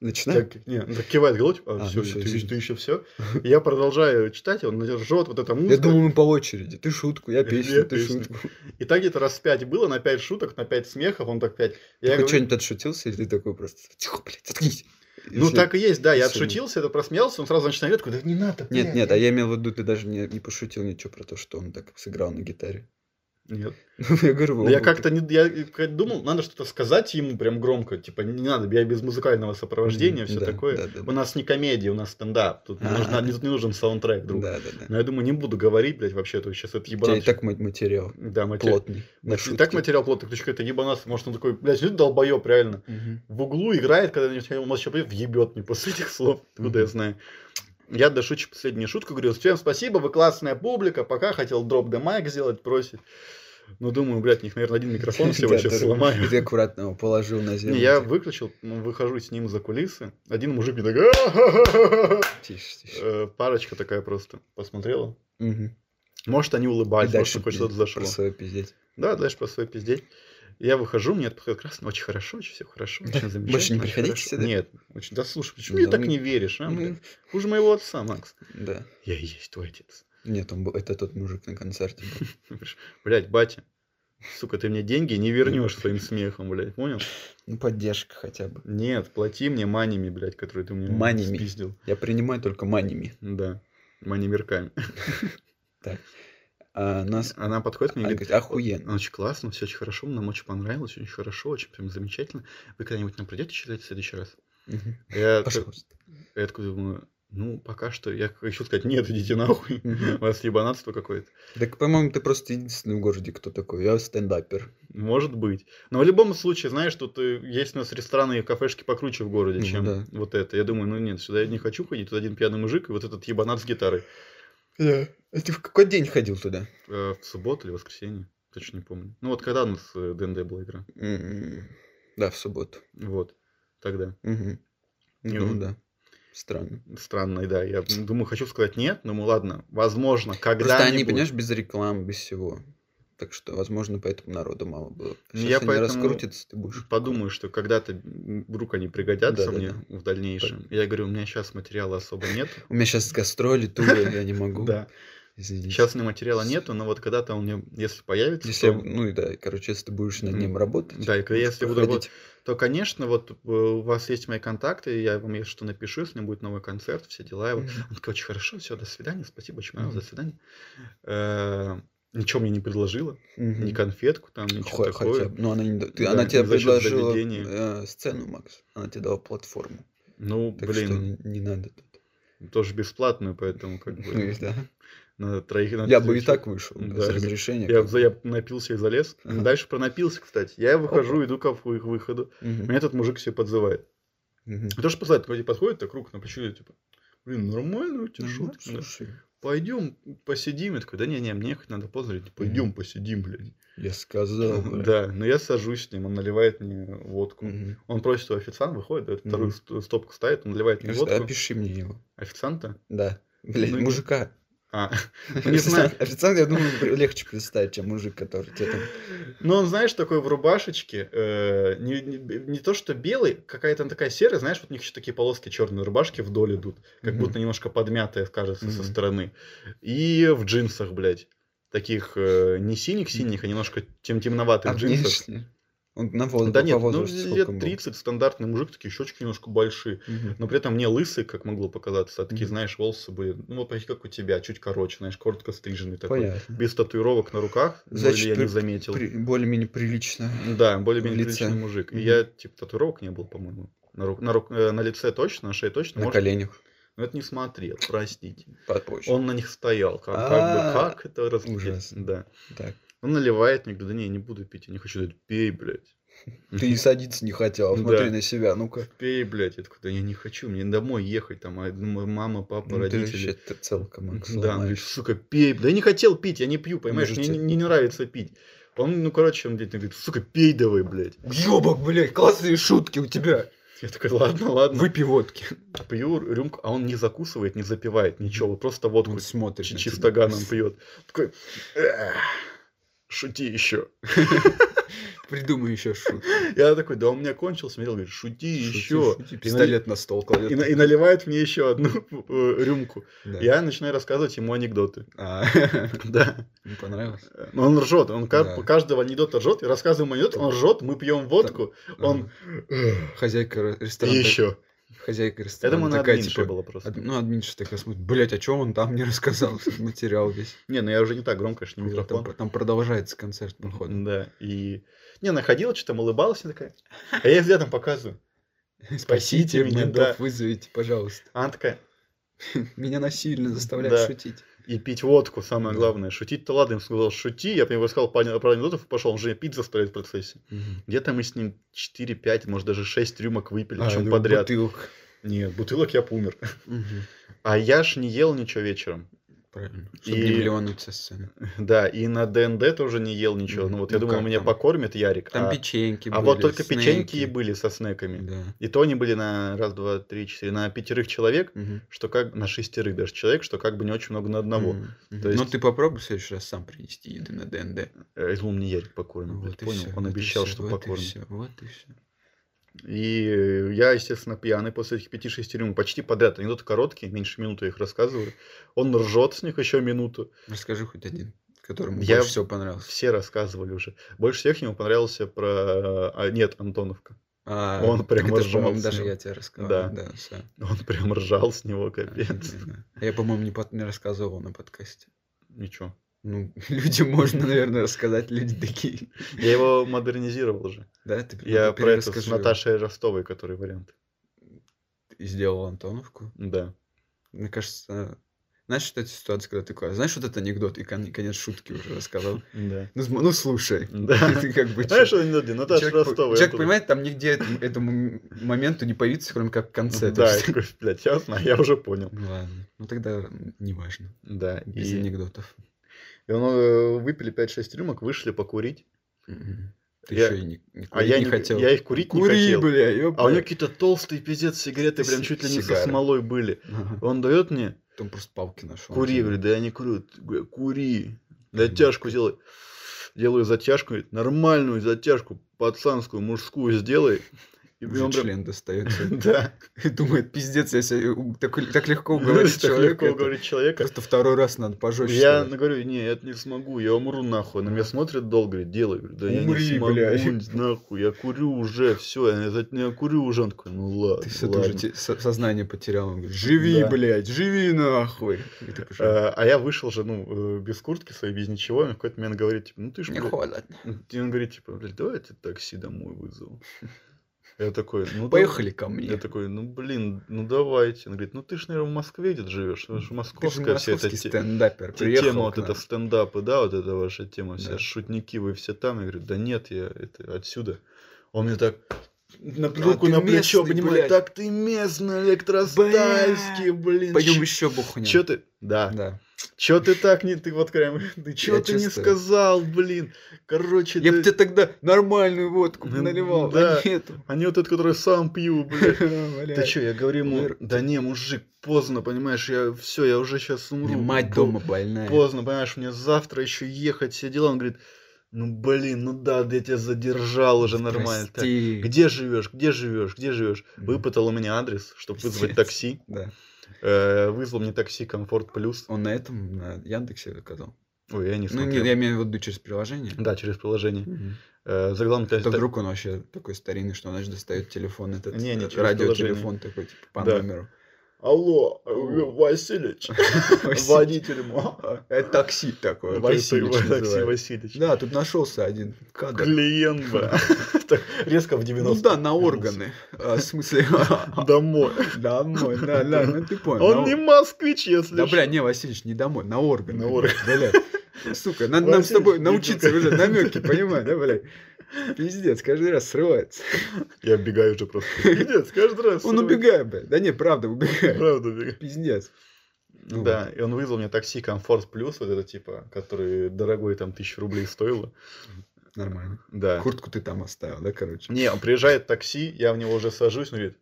Speaker 4: Начинаем?
Speaker 3: так, не, он так кивает голову, типа, а,
Speaker 4: А,
Speaker 3: все,
Speaker 4: ну всё,
Speaker 3: ты,
Speaker 4: извини.
Speaker 3: еще все. Я продолжаю читать, и он ржет вот эта
Speaker 4: Я
Speaker 3: музыка.
Speaker 4: думаю, мы по очереди. Ты шутку, я
Speaker 3: Я
Speaker 4: песню, ты
Speaker 3: песню.
Speaker 4: шутку.
Speaker 3: И так где-то раз пять было, на пять шуток, на пять смехов, он так пять. Я
Speaker 4: Ты хоть
Speaker 3: говорю,
Speaker 4: что-нибудь отшутился, или ты такой просто, тихо, блядь, заткнись.
Speaker 3: ну
Speaker 4: Если-
Speaker 3: так и есть, да, я
Speaker 4: если-
Speaker 3: отшутился, это просмеялся, он сразу начинает, такой, да не надо,
Speaker 4: Нет,
Speaker 3: блядь,
Speaker 4: нет,
Speaker 3: я
Speaker 4: а я имел в виду, ты даже не, не пошутил ничего про то, что он так сыграл на гитаре.
Speaker 3: не-». Нет.
Speaker 4: Ну, я говорю, вы
Speaker 3: Да я
Speaker 4: оба
Speaker 3: как-то не, я как-то думал, надо что-то сказать ему прям громко, типа не надо, я без музыкального сопровождения,
Speaker 4: Мгм,
Speaker 3: все
Speaker 4: да,
Speaker 3: такое.
Speaker 4: да, да,
Speaker 3: У нас не комедия, у нас стендап, тут не,
Speaker 4: А.
Speaker 3: нужна- не- тут не нужен саундтрек друг.
Speaker 4: Да, да, да.
Speaker 3: Но я думаю, не буду говорить, блядь, вообще, то сейчас это
Speaker 4: У тебя и
Speaker 3: ебанат.
Speaker 4: так ма- материал
Speaker 3: Да, матери-
Speaker 4: плотный. на
Speaker 3: И так
Speaker 4: шутки.
Speaker 3: материал плотный, ключка, это ебанат, может он такой, блядь, это долбоеб реально.
Speaker 4: Мгм.
Speaker 3: В углу играет, а когда он еще въебет мне после этих слов, откуда я
Speaker 4: Мгм.
Speaker 3: знаю. Я дошучу последнюю шутку, говорю, всем спасибо, вы классная публика, пока хотел дроп де майк сделать, просит. Ну, думаю, блядь, у них, наверное, один микрофон всего
Speaker 4: Да,
Speaker 3: сейчас
Speaker 4: да.
Speaker 3: сломаю.
Speaker 4: И Ты аккуратно его положил на землю.
Speaker 3: Не, я
Speaker 4: так,
Speaker 3: выключил, ну, выхожу с ним за кулисы. Один мужик мне такой... «А-ха-ха-ха-ха».
Speaker 4: Тише, тише.
Speaker 3: Э, Парочка такая просто посмотрела.
Speaker 4: Мгм.
Speaker 3: Может, они
Speaker 4: И
Speaker 3: улыбались, может,
Speaker 4: дальше
Speaker 3: такое что-то зашло.
Speaker 4: про свое пиздеть.
Speaker 3: Да, дальше про свой пиздеть. Я выхожу, мне подходит красный, очень хорошо, очень все хорошо, очень замечательно.
Speaker 4: Больше не
Speaker 3: очень
Speaker 4: приходите
Speaker 3: хорошо».
Speaker 4: сюда?
Speaker 3: Нет, очень, да слушай, почему
Speaker 4: Да
Speaker 3: ты так
Speaker 4: мы-
Speaker 3: не веришь, а, блядь?
Speaker 4: М,
Speaker 3: Хуже моего отца, Макс.
Speaker 4: Да.
Speaker 3: Я и есть твой отец.
Speaker 4: Нет, он был, это тот мужик на концерте. был.
Speaker 3: Блять, батя, сука, ты мне деньги не вернешь своим смехом, блядь, понял?
Speaker 4: Ну, поддержка хотя бы.
Speaker 3: Нет, плати мне манями, блядь, которые ты мне
Speaker 4: Манями.
Speaker 3: спиздил.
Speaker 4: Я принимаю только маниями.
Speaker 3: Да, манимерками.
Speaker 4: А нас...
Speaker 3: Она подходит ко мне
Speaker 4: Она
Speaker 3: и говорит,
Speaker 4: говорит, охуенно.
Speaker 3: очень классно, все очень хорошо, нам очень понравилось, очень хорошо, очень прям замечательно. Вы когда-нибудь нам придете читать в следующий раз?
Speaker 4: Мгм.
Speaker 3: А Я, так-
Speaker 4: Пожалуйста.
Speaker 3: я такой думаю, Ну, пока что я хочу сказать, нет, идите нахуй.
Speaker 4: Мгм.
Speaker 3: У вас ебанатство какое-то.
Speaker 4: Так, по-моему, ты просто единственный в городе, кто такой. Я стендапер.
Speaker 3: Может быть. Но в любом случае, знаешь, тут э, есть у нас рестораны и кафешки покруче в городе,
Speaker 4: Ну
Speaker 3: чем
Speaker 4: да.
Speaker 3: вот это. Я думаю, ну нет, сюда я не хочу ходить. Тут один пьяный мужик и вот этот ебанат с гитарой.
Speaker 4: Да. А ты в какой день ходил туда?
Speaker 3: Э, в субботу или воскресенье? Точно не помню. Ну вот когда у нас э, ДНД была игра?
Speaker 4: М, М-м-м. Да, в субботу.
Speaker 3: Вот. Тогда.
Speaker 4: Мгм.
Speaker 3: Не,
Speaker 4: Ну
Speaker 3: ну-
Speaker 4: да. Странно.
Speaker 3: Странно, да. Я думаю, хочу сказать нет, но ну ладно. Возможно, когда
Speaker 4: Просто они, понимаешь, без рекламы, без всего. Так что, возможно, поэтому народу мало было.
Speaker 3: Ну,
Speaker 4: Сейчас
Speaker 3: я
Speaker 4: они
Speaker 3: поэтому
Speaker 4: раскрутятся, ты будешь...
Speaker 3: Подумаю, что когда-то м, вдруг они пригодятся
Speaker 4: Да-да-да.
Speaker 3: мне в дальнейшем. Я говорю, у меня сейчас материала особо нет.
Speaker 4: У меня сейчас гастроли, туры, я не могу.
Speaker 3: Да.
Speaker 4: Извините.
Speaker 3: Сейчас у меня материала нету, но вот когда-то он мне, если появится,
Speaker 4: Если, я-
Speaker 3: то-
Speaker 4: ну и да, короче, если ты будешь над
Speaker 3: Мгм.
Speaker 4: ним работать,
Speaker 3: Да, и когда-
Speaker 4: будешь
Speaker 3: если буду работать,
Speaker 4: проходить,
Speaker 3: то, конечно, вот э, у вас есть мои контакты, я вам если что напишу, если у меня будет новый концерт, все дела. И вот-
Speaker 4: Мгм.
Speaker 3: Он такой, очень хорошо, все, до свидания, спасибо, очень понравилось,
Speaker 4: Мгм.
Speaker 3: до свидания. Э, Ничего мне не предложила,
Speaker 4: Мгм.
Speaker 3: ни конфетку там, ничего
Speaker 4: Хо- хотя
Speaker 3: такое.
Speaker 4: бы. Ну, она, не... да- ты-
Speaker 3: Да,
Speaker 4: она
Speaker 3: не
Speaker 4: тебе
Speaker 3: за счет
Speaker 4: предложила
Speaker 3: заведения.
Speaker 4: э, сцену, Макс. Она тебе дала платформу.
Speaker 3: Ну,
Speaker 4: Так что
Speaker 3: блин,
Speaker 4: не надо тут.
Speaker 3: тоже бесплатную, поэтому как
Speaker 4: Ну, и
Speaker 3: бы
Speaker 4: да.
Speaker 3: на троих... на
Speaker 4: Я бы и
Speaker 3: четверых-
Speaker 4: так вышел, без
Speaker 3: Да.
Speaker 4: разрешения.
Speaker 3: Я,
Speaker 4: как
Speaker 3: за-
Speaker 4: бы.
Speaker 3: я напился и залез.
Speaker 4: Ага.
Speaker 3: Дальше пронапился, кстати. Я выхожу, иду к их выходу.
Speaker 4: Мгм.
Speaker 3: Меня этот мужик себе подзывает.
Speaker 4: Мгм.
Speaker 3: Не то, что подзывает, вроде подходит так руку на плечо, и типа, блин, нормально у тебя
Speaker 4: Нормально,
Speaker 3: шутки. да?
Speaker 4: слушай.
Speaker 3: Пойдем посидим. Я такой, да не-не, мне ехать надо поздно. Пойдем посидим, блядь. Ну,
Speaker 4: Я сказал. бля.
Speaker 3: Да, но я сажусь с ним, он наливает мне водку.
Speaker 4: Мгм.
Speaker 3: Он просит у официанта, выходит, дает
Speaker 4: Мгм. а,
Speaker 3: вторую ст- стопку ставит, он наливает мне
Speaker 4: Просто
Speaker 3: водку.
Speaker 4: Опиши мне его.
Speaker 3: Официанта?
Speaker 4: Да. Блин,
Speaker 3: Ну, не-
Speaker 4: мужика.
Speaker 3: А, ну не знаю.
Speaker 4: Официант, официант, я думаю, при- легче представить, чем мужик, который тебе там...
Speaker 3: Ну, он, знаешь, такой в рубашечке, э, не, не- не то что белый, какая-то она такая серая, знаешь, вот у них еще такие полоски черной рубашки вдоль идут, как
Speaker 4: Мгм.
Speaker 3: будто немножко подмятая, кажется, со
Speaker 4: Мгм.
Speaker 3: стороны. И в джинсах, блядь. Таких э, не синих-синих, а немножко тем темноватых
Speaker 4: А
Speaker 3: джинсах.
Speaker 4: внешне? Он на воз...
Speaker 3: Да
Speaker 4: по
Speaker 3: нет, ну,
Speaker 4: возрасту сколько он
Speaker 3: лет
Speaker 4: был?
Speaker 3: 30 стандартный мужик, такие щечки немножко большие.
Speaker 4: Мгм.
Speaker 3: Но при этом не лысый, как могло показаться, а такие,
Speaker 4: Мгм.
Speaker 3: знаешь, волосы были, ну, вот почти как у тебя, чуть короче, знаешь, коротко стриженный такой.
Speaker 4: Понятно.
Speaker 3: Без татуировок на руках, вроде
Speaker 4: Значит,
Speaker 3: я
Speaker 4: при-
Speaker 3: не заметил.
Speaker 4: При- Более-менее прилично.
Speaker 3: Да, более-менее
Speaker 4: в лице.
Speaker 3: приличный мужик. И
Speaker 4: Мгм.
Speaker 3: я, типа, татуировок не был, по-моему. На, рук, на, рук- э, на лице точно, на шее точно.
Speaker 4: На
Speaker 3: может-
Speaker 4: коленях.
Speaker 3: Но это не смотрел, простите.
Speaker 4: Попозже.
Speaker 3: Он на них стоял. Как, как бы,
Speaker 4: А,
Speaker 3: как это разглядеть?
Speaker 4: ужасно.
Speaker 3: Да.
Speaker 4: Так.
Speaker 3: Он наливает мне, говорит, да не, не буду пить, я не хочу. Я говорю, пей, блядь.
Speaker 4: Ты и садиться не хотел, а
Speaker 3: Да.
Speaker 4: смотри на себя, ну-ка.
Speaker 3: Пей, блядь. Я такой, да я не хочу, мне домой ехать, там, а, ну, мама, папа,
Speaker 4: Ну, ты вообще
Speaker 3: родители.
Speaker 4: это целка, Макс.
Speaker 3: Да, он говорит,
Speaker 4: ломаешь.
Speaker 3: сука, пей. Да я не хотел пить, я не пью, понимаешь, мне
Speaker 4: Можете.
Speaker 3: не, не нравится пить. Он, ну, короче, он говорит, говорит, сука, пей давай, блядь.
Speaker 4: Ёбок, блядь, классные шутки у тебя.
Speaker 3: Я такой, ладно, ладно.
Speaker 4: Выпей водки.
Speaker 3: пью рюмку, а он не закусывает, не запивает ничего, вот просто водку
Speaker 4: Он
Speaker 3: ч-
Speaker 4: смотрит на тебя.
Speaker 3: чистоганом пьет. Такой, «Эх, шути еще.
Speaker 4: Придумай еще шутку.
Speaker 3: Я такой, да он у меня кончил, смотрел, говорит, шути еще.
Speaker 4: Шути, шути,
Speaker 3: И на-
Speaker 4: Пистолет на стол кладет.
Speaker 3: И, на- и наливает мне еще одну э, рюмку.
Speaker 4: Да.
Speaker 3: Я начинаю рассказывать ему анекдоты.
Speaker 4: А,
Speaker 3: Да.
Speaker 4: Не понравилось?
Speaker 3: Но он ржет. Он ка-
Speaker 4: Да.
Speaker 3: по каждого анекдота ржет. Я рассказываю ему анекдот, он ржет, мы пьем водку. Он «Эх,
Speaker 4: Хозяйка ре-
Speaker 3: и
Speaker 4: ресторана.
Speaker 3: еще.
Speaker 4: Хозяйка
Speaker 3: Я
Speaker 4: ресторана.
Speaker 3: думаю, она
Speaker 4: такая,
Speaker 3: админша
Speaker 4: типа,
Speaker 3: была просто.
Speaker 4: ад- Ну, админша такая смотрит. Блять, о чем он там не рассказал? Материал весь.
Speaker 3: Не, ну я уже не так громко, конечно, не
Speaker 4: Там,
Speaker 3: микрофон.
Speaker 4: там продолжается концерт, походу.
Speaker 3: Да, и... Не, находила, что-то улыбалась, и такая... А я ей взглядом показываю. Спасите меня, да.
Speaker 4: ментов вызовите, пожалуйста.
Speaker 3: А Она такая...
Speaker 4: Меня насильно
Speaker 3: Да.
Speaker 4: заставляют шутить.
Speaker 3: И пить водку, самое
Speaker 4: Да.
Speaker 3: главное. Шутить-то ладно, я ему сказал, шути. Я прям сказал пару пару анекдотов, и пошел. Он же меня пить заставляет в процессе. Где-то мы с ним 4-5, может, даже 6 рюмок выпили,
Speaker 4: А,
Speaker 3: чем
Speaker 4: ну,
Speaker 3: подряд.
Speaker 4: бутылок.
Speaker 3: Нет, бутылок я помер.
Speaker 4: Мгм.
Speaker 3: А я ж не ел ничего вечером.
Speaker 4: Правильно.
Speaker 3: И-
Speaker 4: Чтобы не миллионы со сцены.
Speaker 3: Да, и на ДНД тоже не ел ничего.
Speaker 4: Мгм.
Speaker 3: Ну вот
Speaker 4: Ну,
Speaker 3: я думал,
Speaker 4: как
Speaker 3: меня
Speaker 4: там?
Speaker 3: покормит Ярик.
Speaker 4: Там
Speaker 3: а-
Speaker 4: печеньки
Speaker 3: а
Speaker 4: были,
Speaker 3: вот только печеньки и
Speaker 4: снеки.
Speaker 3: были со снеками.
Speaker 4: Да.
Speaker 3: И то они были на раз, два, три, четыре, на пятерых человек.
Speaker 4: Мгм.
Speaker 3: что как на шестерых даже человек, что как бы не очень много на одного.
Speaker 4: Мгм.
Speaker 3: То
Speaker 4: Ну,
Speaker 3: есть-
Speaker 4: ты попробуй в следующий раз сам принести еды на ДНД.
Speaker 3: Э, Я думал, мне Ярик покормит, блядь,
Speaker 4: и
Speaker 3: Ну, понял?
Speaker 4: всё,
Speaker 3: Он
Speaker 4: вот и
Speaker 3: обещал,
Speaker 4: всё,
Speaker 3: что
Speaker 4: вот и
Speaker 3: покормит.
Speaker 4: всё, вот и все.
Speaker 3: И э, я, естественно, пьяный после этих пяти-шести рюмок почти подряд. Анекдоты короткие, меньше минуты я их рассказываю. Он ржет с них еще минуту.
Speaker 4: Расскажи хоть один, которому
Speaker 3: Я-
Speaker 4: больше всего понравился.
Speaker 3: Все рассказывали уже. Больше всех ему понравился про... а, нет, Антоновка.
Speaker 4: А,
Speaker 3: Он
Speaker 4: так
Speaker 3: прям
Speaker 4: это же, по-моему,
Speaker 3: ржал с
Speaker 4: даже
Speaker 3: него.
Speaker 4: я тебе рассказал.
Speaker 3: Да.
Speaker 4: Да, всё.
Speaker 3: Он прям ржал с него, капец.
Speaker 4: Офигенно. Я, по-моему, не, под- не рассказывал на подкасте.
Speaker 3: Ничего.
Speaker 4: Ну, людям можно, наверное, рассказать, люди такие.
Speaker 3: Я его модернизировал же.
Speaker 4: Да, ты
Speaker 3: Я
Speaker 4: ты
Speaker 3: про это с
Speaker 4: перераскажи его.
Speaker 3: Наташей Ростовой, который вариант.
Speaker 4: И Сделал Антоновку.
Speaker 3: Да.
Speaker 4: Мне кажется, э, знаешь, что это ситуация, когда ты такой, знаешь, вот этот анекдот, и кон- конец шутки уже рассказал.
Speaker 3: Да.
Speaker 4: Ну, см- ну, слушай.
Speaker 3: Да.
Speaker 4: Ты как бы...
Speaker 3: Знаешь,
Speaker 4: чё-
Speaker 3: что анекдот? Наташа
Speaker 4: человек, по-
Speaker 3: Ростова. я
Speaker 4: человек
Speaker 3: тут-
Speaker 4: понимает, там нигде эт- этому м- моменту не появится, кроме как в конце. то
Speaker 3: Да, я
Speaker 4: есть-
Speaker 3: такой, блядь, я знаю, я уже понял.
Speaker 4: Ну ладно. Ну тогда неважно.
Speaker 3: Да.
Speaker 4: Без
Speaker 3: И
Speaker 4: анекдотов.
Speaker 3: и он, э, выпили 5-6 рюмок, вышли покурить.
Speaker 4: Мгм. Ты
Speaker 3: Я-
Speaker 4: еще и не, не
Speaker 3: А
Speaker 4: курить
Speaker 3: я
Speaker 4: не
Speaker 3: не-
Speaker 4: хотел.
Speaker 3: Я их курить не
Speaker 4: Кури,
Speaker 3: хотел.
Speaker 4: бля, ёпта.
Speaker 3: А у него какие-то толстые пиздец сигареты, прям
Speaker 4: Си-
Speaker 3: чуть ли не со
Speaker 4: сигары.
Speaker 3: смолой были.
Speaker 4: Ага.
Speaker 3: Он дает мне,
Speaker 4: Там просто палки нашел.
Speaker 3: кури, говорит, да я не курю. Т- говорю, Кури, затяжку делай. Делаю затяжку, говорит, нормальную затяжку, пацанскую, мужскую сделай. И
Speaker 4: Уже
Speaker 3: он прям-
Speaker 4: член достается.
Speaker 3: Да,
Speaker 4: И думает, пиздец, я себя у- так, так легко уговорить
Speaker 3: Ну, так
Speaker 4: человека.
Speaker 3: легко
Speaker 4: это
Speaker 3: уговорить человека.
Speaker 4: Просто второй раз надо пожестче.
Speaker 3: Я
Speaker 4: сказать.
Speaker 3: говорю, не, это не смогу, я умру нахуй. На меня смотрит долго, говорит, делай. Говорю, да я
Speaker 4: Умри,
Speaker 3: не смогу,
Speaker 4: блядь.
Speaker 3: нахуй, я курю уже, все, я, за- я курю уже. Он такой, ну ладно,
Speaker 4: Ты все
Speaker 3: ладно.
Speaker 4: уже те- со- сознание потерял. Он говорит, живи,
Speaker 3: Да.
Speaker 4: блядь, живи нахуй. И ты уже,
Speaker 3: Э, А я вышел же, ну, э, без куртки своей, без ничего, и в какой-то момент говорит, типа, ну ты ж,
Speaker 4: «Мне
Speaker 3: блядь».
Speaker 4: холодно.
Speaker 3: И он говорит, типа, блядь, давай я тебе такси домой вызову. Я такой, ну да.
Speaker 4: Поехали ко
Speaker 3: Я
Speaker 4: мне.
Speaker 3: такой, ну блин, ну давайте. Он говорит, ну ты ж, наверное, в Москве где-то живешь, это же
Speaker 4: Ты же
Speaker 3: московская вся эта
Speaker 4: московский
Speaker 3: те-
Speaker 4: стендапер.
Speaker 3: те-
Speaker 4: Приехал
Speaker 3: тема, вот
Speaker 4: к нам.
Speaker 3: это стендапы, да, вот эта ваша тема вся,
Speaker 4: Да.
Speaker 3: шутники, вы все там. Я говорю, да нет, я это отсюда. Он мне так на
Speaker 4: Да
Speaker 3: руку
Speaker 4: ты
Speaker 3: на плечо,
Speaker 4: местный, блядь.
Speaker 3: понимаешь, так ты местный, электростальский, блин.
Speaker 4: Пойдем еще бухнем.
Speaker 3: Че ты? Да.
Speaker 4: Да.
Speaker 3: Чё ты так не... Ты вот прям... Ты чё
Speaker 4: Я
Speaker 3: ты не
Speaker 4: чувствую.
Speaker 3: сказал, блин? Короче,
Speaker 4: Я бы
Speaker 3: ты-
Speaker 4: тебе тогда нормальную водку
Speaker 3: Ну,
Speaker 4: наливал,
Speaker 3: да.
Speaker 4: а не эту.
Speaker 3: Они вот этот, который сам пью, блин. Ты
Speaker 4: Блядь.
Speaker 3: чё, я говорю ему,
Speaker 4: Умер.
Speaker 3: да не, мужик, поздно, понимаешь, я все, я уже сейчас
Speaker 4: У
Speaker 3: умру.
Speaker 4: меня мать
Speaker 3: По-
Speaker 4: дома больная.
Speaker 3: Поздно, понимаешь, мне завтра еще ехать, все дела. Он говорит, ну блин, ну да, да я тебя задержал уже нормально. Так,
Speaker 4: Прости.
Speaker 3: Где живешь, где живешь, где живешь?
Speaker 4: Мгм.
Speaker 3: Выпытал у меня адрес, чтобы вызвать
Speaker 4: Пиздец.
Speaker 3: такси.
Speaker 4: Да.
Speaker 3: Э, Вызвал мне такси Комфорт Плюс.
Speaker 4: Он на этом, на Яндексе заказал.
Speaker 3: Ой, я не
Speaker 4: Ну, нет,
Speaker 3: смотрел.
Speaker 4: я имею в виду через приложение.
Speaker 3: Да, через приложение.
Speaker 4: Мгм.
Speaker 3: Э, За главный
Speaker 4: Это вдруг он вообще такой старинный, что он даже достает телефон этот,
Speaker 3: Не, не,
Speaker 4: э,
Speaker 3: через
Speaker 4: радиотелефон такой, типа, по
Speaker 3: Да.
Speaker 4: номеру.
Speaker 3: Алло,
Speaker 4: э,
Speaker 3: Васильевич, водитель мой.
Speaker 4: Это такси такое, Васильевич
Speaker 3: Такси
Speaker 4: называют.
Speaker 3: Васильевич.
Speaker 4: Да, тут нашелся один кадр.
Speaker 3: Клиент, бля. Так, Резко в 90
Speaker 4: Ну да, на органы. А, В смысле,
Speaker 3: Домой.
Speaker 4: домой, да, да, ну ты понял. на
Speaker 3: Он
Speaker 4: о-
Speaker 3: не москвич, если
Speaker 4: Да,
Speaker 3: ж.
Speaker 4: бля, не, Васильевич, не домой, на органы.
Speaker 3: На
Speaker 4: блядь,
Speaker 3: органы.
Speaker 4: бля. Сука, надо нам с тобой
Speaker 3: Васильевич,
Speaker 4: научиться
Speaker 3: ну-ка.
Speaker 4: уже намеки, понимаешь, да, блядь? Пиздец, каждый раз срывается.
Speaker 3: Я бегаю уже просто. Пиздец, каждый раз.
Speaker 4: Он убегает, блядь. Да не, правда, убегает.
Speaker 3: Правда убегаю.
Speaker 4: Пиздец. Ну
Speaker 3: Да, и он вызвал мне такси Комфорт Плюс, вот это типа, который дорогой там тысячу рублей стоило.
Speaker 4: Нормально.
Speaker 3: Да.
Speaker 4: Куртку ты там оставил, да, короче?
Speaker 3: Не, он приезжает такси, я в него уже сажусь, он говорит,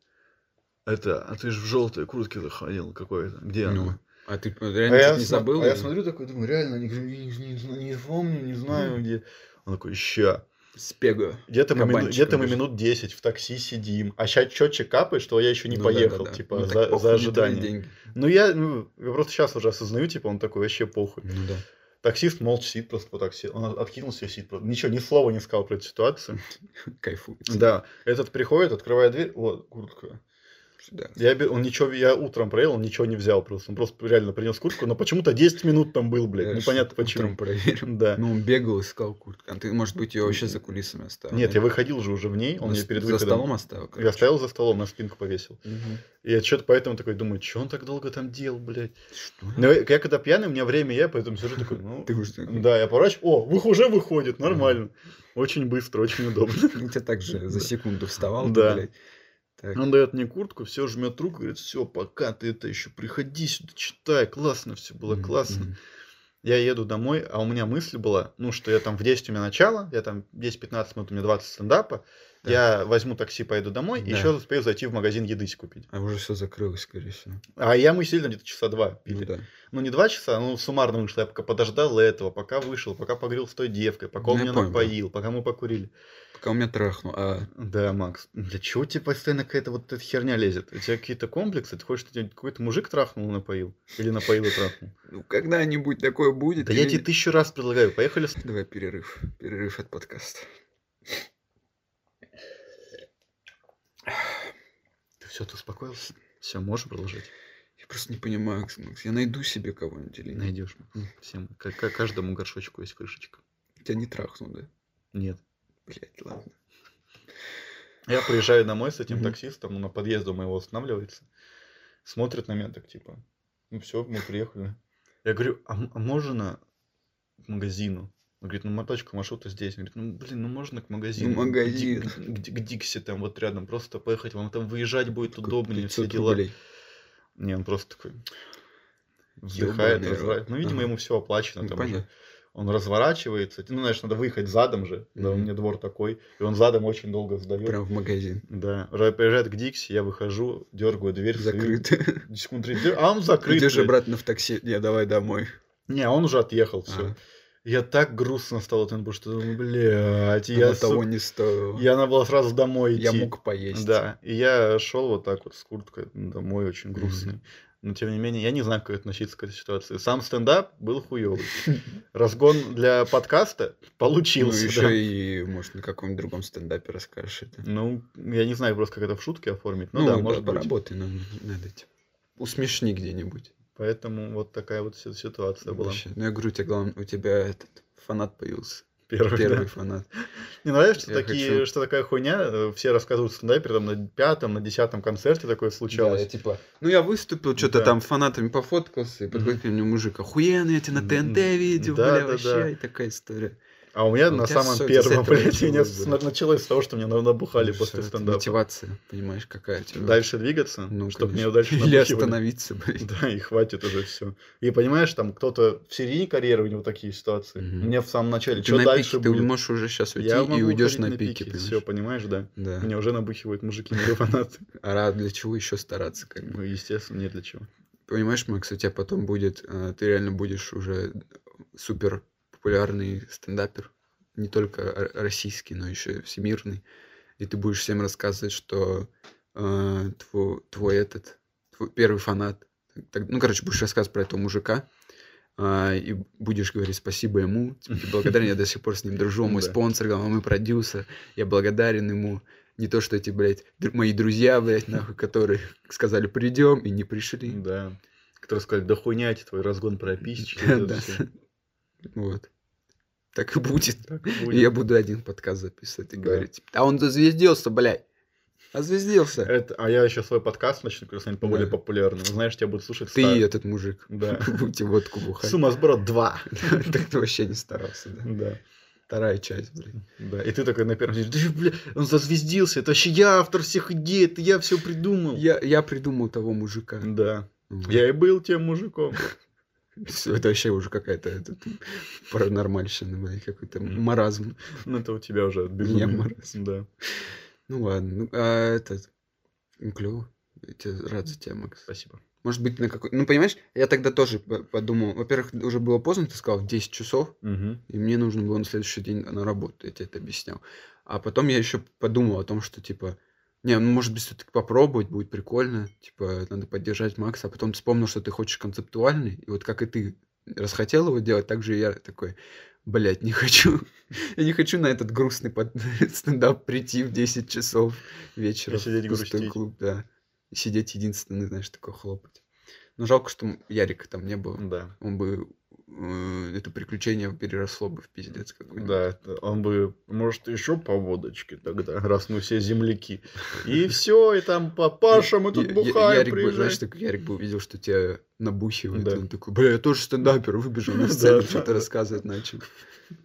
Speaker 3: это, а ты же в желтой куртке заходил какой-то. Где
Speaker 4: Ну,
Speaker 3: она?
Speaker 4: а ты ну,
Speaker 3: А
Speaker 4: реально
Speaker 3: я,
Speaker 4: чуть не
Speaker 3: см-
Speaker 4: забыл?
Speaker 3: а я
Speaker 4: или?
Speaker 3: смотрю такой, думаю, реально, не, не- не зна- не помню, не
Speaker 4: Ну.
Speaker 3: знаю где. Он такой, ща.
Speaker 4: Спегу.
Speaker 3: Где-то мы, мину-
Speaker 4: Кабанчиком
Speaker 3: где-то мы
Speaker 4: бежит.
Speaker 3: минут 10 в такси сидим, а сейчас счетчик капает, что я еще не
Speaker 4: Ну,
Speaker 3: поехал,
Speaker 4: да-да-да.
Speaker 3: типа,
Speaker 4: Ну, так
Speaker 3: за,
Speaker 4: похуй,
Speaker 3: за
Speaker 4: не твои
Speaker 3: ожидание.
Speaker 4: деньги.
Speaker 3: Ну я, ну, я просто сейчас уже осознаю, типа, он такой, вообще похуй.
Speaker 4: Ну да.
Speaker 3: Таксист молча сидит просто по такси, он откинулся и сидит, просто. ничего, ни слова не сказал про эту ситуацию.
Speaker 4: Кайфует.
Speaker 3: Да, этот приходит, открывает дверь, вот, куртка.
Speaker 4: Сюда.
Speaker 3: Я, бе- он ничего, я утром проел, он ничего не взял просто. Он просто реально принес куртку, но почему-то 10 минут там был, блядь.
Speaker 4: Я
Speaker 3: непонятно
Speaker 4: ж
Speaker 3: почему.
Speaker 4: утром проверим.
Speaker 3: Да.
Speaker 4: Ну, он бегал, искал куртку. А ты, может быть, ее вообще за кулисами оставил?
Speaker 3: Нет, я выходил же уже в ней, он
Speaker 4: За-
Speaker 3: мне перед
Speaker 4: За
Speaker 3: выходом.
Speaker 4: столом оставил,
Speaker 3: Я
Speaker 4: короче.
Speaker 3: стоял за столом, на спинку повесил.
Speaker 4: Мгм.
Speaker 3: И я что-то поэтому такой думаю, что он так долго там делал, блядь.
Speaker 4: Что?
Speaker 3: Но я, я когда пьяный, у меня время, я поэтому сижу такой, ну...
Speaker 4: Ты уже...
Speaker 3: Да, я поворачиваю, о, вы- уже выходит, нормально. Очень быстро, очень удобно.
Speaker 4: У тебя так же за
Speaker 3: Да.
Speaker 4: секунду вставал, ты,
Speaker 3: Да. Ну,
Speaker 4: блядь. Так.
Speaker 3: Он дает мне куртку, все жмет руку, говорит, все, пока ты это еще приходи сюда, читай, классно, все было
Speaker 4: Мгм,
Speaker 3: классно.
Speaker 4: мгм.
Speaker 3: Я еду домой, а у меня мысль была, ну, что я там в 10 у меня начало, я там 10-15 минут, у меня 20 стендапа,
Speaker 4: Да.
Speaker 3: я возьму такси, поеду домой, и
Speaker 4: Да.
Speaker 3: еще успею зайти в магазин еды купить.
Speaker 4: А уже все закрылось, скорее всего.
Speaker 3: А я мы сидели там где-то часа два
Speaker 4: Ну
Speaker 3: пили.
Speaker 4: да.
Speaker 3: Ну, не два часа, ну, суммарно вышло. Я пока подождал этого, пока вышел, пока поговорил с той девкой, пока он
Speaker 4: Ну, я
Speaker 3: меня
Speaker 4: понял, да.
Speaker 3: напоил, пока мы покурили.
Speaker 4: Пока у меня трахнул. А,
Speaker 3: Да, Макс, для чего тебе постоянно какая-то вот эта херня лезет? У тебя какие-то комплексы? Ты хочешь, чтобы тебя какой-то мужик трахнул, и напоил? Или напоил и трахнул?
Speaker 4: ну, когда-нибудь такое будет.
Speaker 3: Да я
Speaker 4: или
Speaker 3: тебе
Speaker 4: нет?
Speaker 3: тысячу раз предлагаю, поехали с...
Speaker 4: Давай перерыв. Перерыв от подкаста.
Speaker 3: Ты все, ты успокоился? Все, можешь продолжать?
Speaker 4: Я просто не понимаю, Макс, Макс, я найду себе кого-нибудь или нет.
Speaker 3: Найдешь. Ну, Всем. К- к- каждому горшочку есть крышечка.
Speaker 4: Тебя не трахнул, да?
Speaker 3: Нет.
Speaker 4: Блять, ладно.
Speaker 3: Я приезжаю домой с этим
Speaker 4: Мгм.
Speaker 3: таксистом, он на подъезду моего останавливается. Смотрит на меня так, типа, Ну все, мы приехали. Я говорю, а, м- а можно к магазину? Он говорит, ну моточка маршрута здесь. Он говорит, ну блин, ну можно к магазину? К Ди-
Speaker 4: магазин.
Speaker 3: К, Ди- к Дикси там вот рядом, просто поехать, вам там выезжать будет
Speaker 4: Как
Speaker 3: удобнее, все
Speaker 4: 500
Speaker 3: дела.
Speaker 4: рублей.
Speaker 3: Не, он просто такой вздыхает,
Speaker 4: Ёбаный рот.
Speaker 3: разворачивается. Ну, видимо,
Speaker 4: Ага.
Speaker 3: ему все оплачено
Speaker 4: Ну,
Speaker 3: там уже.
Speaker 4: понятно.
Speaker 3: Он разворачивается. Ну, знаешь, надо выехать задом же. Да, у
Speaker 4: Мгм.
Speaker 3: меня двор такой. И он задом очень долго сдает.
Speaker 4: Прям в магазин.
Speaker 3: Да. Ра- Приезжает к Дикси, я выхожу, дергаю дверь. стою,
Speaker 4: Закрыто.
Speaker 3: Секунд 30, а он закрыт.
Speaker 4: Идешь
Speaker 3: блядь.
Speaker 4: обратно в такси. Не, давай домой. А,
Speaker 3: Не, он уже отъехал, все.
Speaker 4: Ага.
Speaker 3: Я так грустно стал от этого, что думаю, блядь, я,
Speaker 4: Оно того
Speaker 3: су-
Speaker 4: не стоило.
Speaker 3: я надо было сразу домой идти.
Speaker 4: Я мог поесть.
Speaker 3: Да, и я шел вот так вот с курткой домой, очень грустный. Но тем не менее, я не знаю, как относиться к этой ситуации. Сам стендап был хуёвый. Разгон для подкаста
Speaker 4: Ну,
Speaker 3: получился.
Speaker 4: еще
Speaker 3: да.
Speaker 4: и, может, на каком-нибудь другом стендапе расскажешь это.
Speaker 3: Ну, я не знаю просто, как это в шутке оформить. Ну, да, может быть.
Speaker 4: поработай, но не надо этим. Усмешни где-нибудь.
Speaker 3: Поэтому вот такая вот си- ситуация была.
Speaker 4: Вообще. Ну, я говорю, у тебя, главное, у тебя этот фанат появился.
Speaker 3: Первый,
Speaker 4: Первый
Speaker 3: да.
Speaker 4: фанат.
Speaker 3: Не нравится, что,
Speaker 4: Я
Speaker 3: такие,
Speaker 4: хочу-
Speaker 3: что такая хуйня, э, все рассказывают стендаперы, там на пятом, на десятом концерте такое
Speaker 4: Да, я
Speaker 3: случалось.
Speaker 4: типа, ну я выступил, что-то
Speaker 3: Да.
Speaker 4: там фанатами пофоткался, и подходит ко мне мужик, охуенно, я тебя на
Speaker 3: М,
Speaker 4: ТНТ
Speaker 3: да,
Speaker 4: видел,
Speaker 3: да,
Speaker 4: бля,
Speaker 3: да.
Speaker 4: вообще, и такая история.
Speaker 3: А у меня
Speaker 4: Ну, у
Speaker 3: на
Speaker 4: тебя
Speaker 3: самом
Speaker 4: всё это с
Speaker 3: первом,
Speaker 4: этого
Speaker 3: блядь, у меня
Speaker 4: началось,
Speaker 3: с-
Speaker 4: да.
Speaker 3: началось с того, что меня на- набухали
Speaker 4: Ну,
Speaker 3: после
Speaker 4: всё, это
Speaker 3: стендапа.
Speaker 4: Мотивация, понимаешь, какая у тебя.
Speaker 3: дальше двигаться,
Speaker 4: Ну,
Speaker 3: чтобы
Speaker 4: конечно.
Speaker 3: меня дальше
Speaker 4: Или
Speaker 3: набухивали.
Speaker 4: остановиться, блядь.
Speaker 3: Да, и хватит уже все. И понимаешь, там кто-то в середине карьеры у него такие ситуации.
Speaker 4: Мгм.
Speaker 3: У меня в самом начале,
Speaker 4: Ты
Speaker 3: что
Speaker 4: на
Speaker 3: дальше
Speaker 4: пике, ты
Speaker 3: будет?
Speaker 4: можешь уже сейчас уйти и уйдешь на пике,
Speaker 3: Все,
Speaker 4: понимаешь?
Speaker 3: понимаешь, да.
Speaker 4: Да.
Speaker 3: Меня уже набухивают мужики, мои фанаты.
Speaker 4: А для чего еще стараться, как бы?
Speaker 3: Ну, естественно, нет для чего.
Speaker 4: Понимаешь, Макс, у тебя потом будет, э, ты реально будешь уже супер популярный стендапер, не только р- российский, но еще и всемирный, и ты будешь всем рассказывать, что э, твой, твой этот, твой первый фанат, Так- ну, короче, будешь рассказывать про этого мужика, а, и будешь говорить спасибо ему, типа, ты благодарен, я до сих пор с ним дружу, он мой
Speaker 3: Да.
Speaker 4: спонсор, главный мой продюсер, я благодарен ему, не то что эти, блядь, др- мои друзья, блядь, нахуй, которые сказали придем и не пришли.
Speaker 3: Да. Которые сказали, да хуйня эти твой разгон про писечки.
Speaker 4: Да,
Speaker 3: вот это
Speaker 4: да.
Speaker 3: всё».
Speaker 4: Вот. Так и будет.
Speaker 3: Так
Speaker 4: И
Speaker 3: будет.
Speaker 4: Я буду один подкаст записывать и
Speaker 3: Да.
Speaker 4: говорить. типа, А он зазвездился, блядь. Озвездился.
Speaker 3: Это- а я еще свой подкаст начну, который станет более
Speaker 4: Да.
Speaker 3: популярным. Знаешь, тебя будут слушать
Speaker 4: Ты
Speaker 3: ста-
Speaker 4: и этот мужик.
Speaker 3: Да.
Speaker 4: Будете водку бухать.
Speaker 3: Сумасброд 2.
Speaker 4: Так ты вообще не старался, да.
Speaker 3: Да.
Speaker 4: Вторая часть, блядь.
Speaker 3: Да, и ты такой на первом месте, «Да, бля, он зазвездился, это вообще я автор всех идей, это я все придумал.
Speaker 4: Я, я придумал того мужика.
Speaker 3: Да, Ну. я и был тем мужиком.
Speaker 4: Все, это вообще уже какая-то этот, паранормальщина, блядь, какой-то
Speaker 3: Мгм.
Speaker 4: маразм.
Speaker 3: Ну, это у тебя уже от
Speaker 4: Не,
Speaker 3: безумия.
Speaker 4: мороз.
Speaker 3: Да.
Speaker 4: Ну ладно, ну, а этот, ну клево. Я тебя- рад за тебя, Макс.
Speaker 3: Спасибо.
Speaker 4: Может быть, на какой... Ну, понимаешь, я тогда тоже п- подумал. Во-первых, уже было поздно, ты сказал, в 10 часов,
Speaker 3: Мгм.
Speaker 4: и мне нужно было на следующий день на работу, я тебе это объяснял. А потом я еще подумал о том, что, типа, не, ну, может быть, все-таки попробовать, будет прикольно, типа, надо поддержать Макса. А потом вспомнил, что ты хочешь концептуальный, и вот как и ты расхотел его делать, так же и я такой, блядь, не хочу. Я не хочу на этот грустный под- стендап прийти в 10 часов вечера
Speaker 3: И сидеть
Speaker 4: в пустой
Speaker 3: грустить.
Speaker 4: клуб, да. И сидеть единственный, знаешь, такой хлопать. Но жалко, что м- Ярика там не было.
Speaker 3: Да.
Speaker 4: Он бы... э, Это приключение переросло бы в пиздец какой-нибудь.
Speaker 3: Да, это он бы, может, еще по водочке тогда, раз мы все земляки. И все, и там папаша, мы
Speaker 4: Я-
Speaker 3: тут
Speaker 4: я-
Speaker 3: бухаем,
Speaker 4: Ярик бы, знаешь,
Speaker 3: приезжай.
Speaker 4: так, Ярик бы увидел, что тебя набухивает.
Speaker 3: Да.
Speaker 4: Он такой, бля, я тоже стендапер, выбежал на
Speaker 3: Да,
Speaker 4: сцену,
Speaker 3: да,
Speaker 4: что-то
Speaker 3: да.
Speaker 4: рассказывать начал.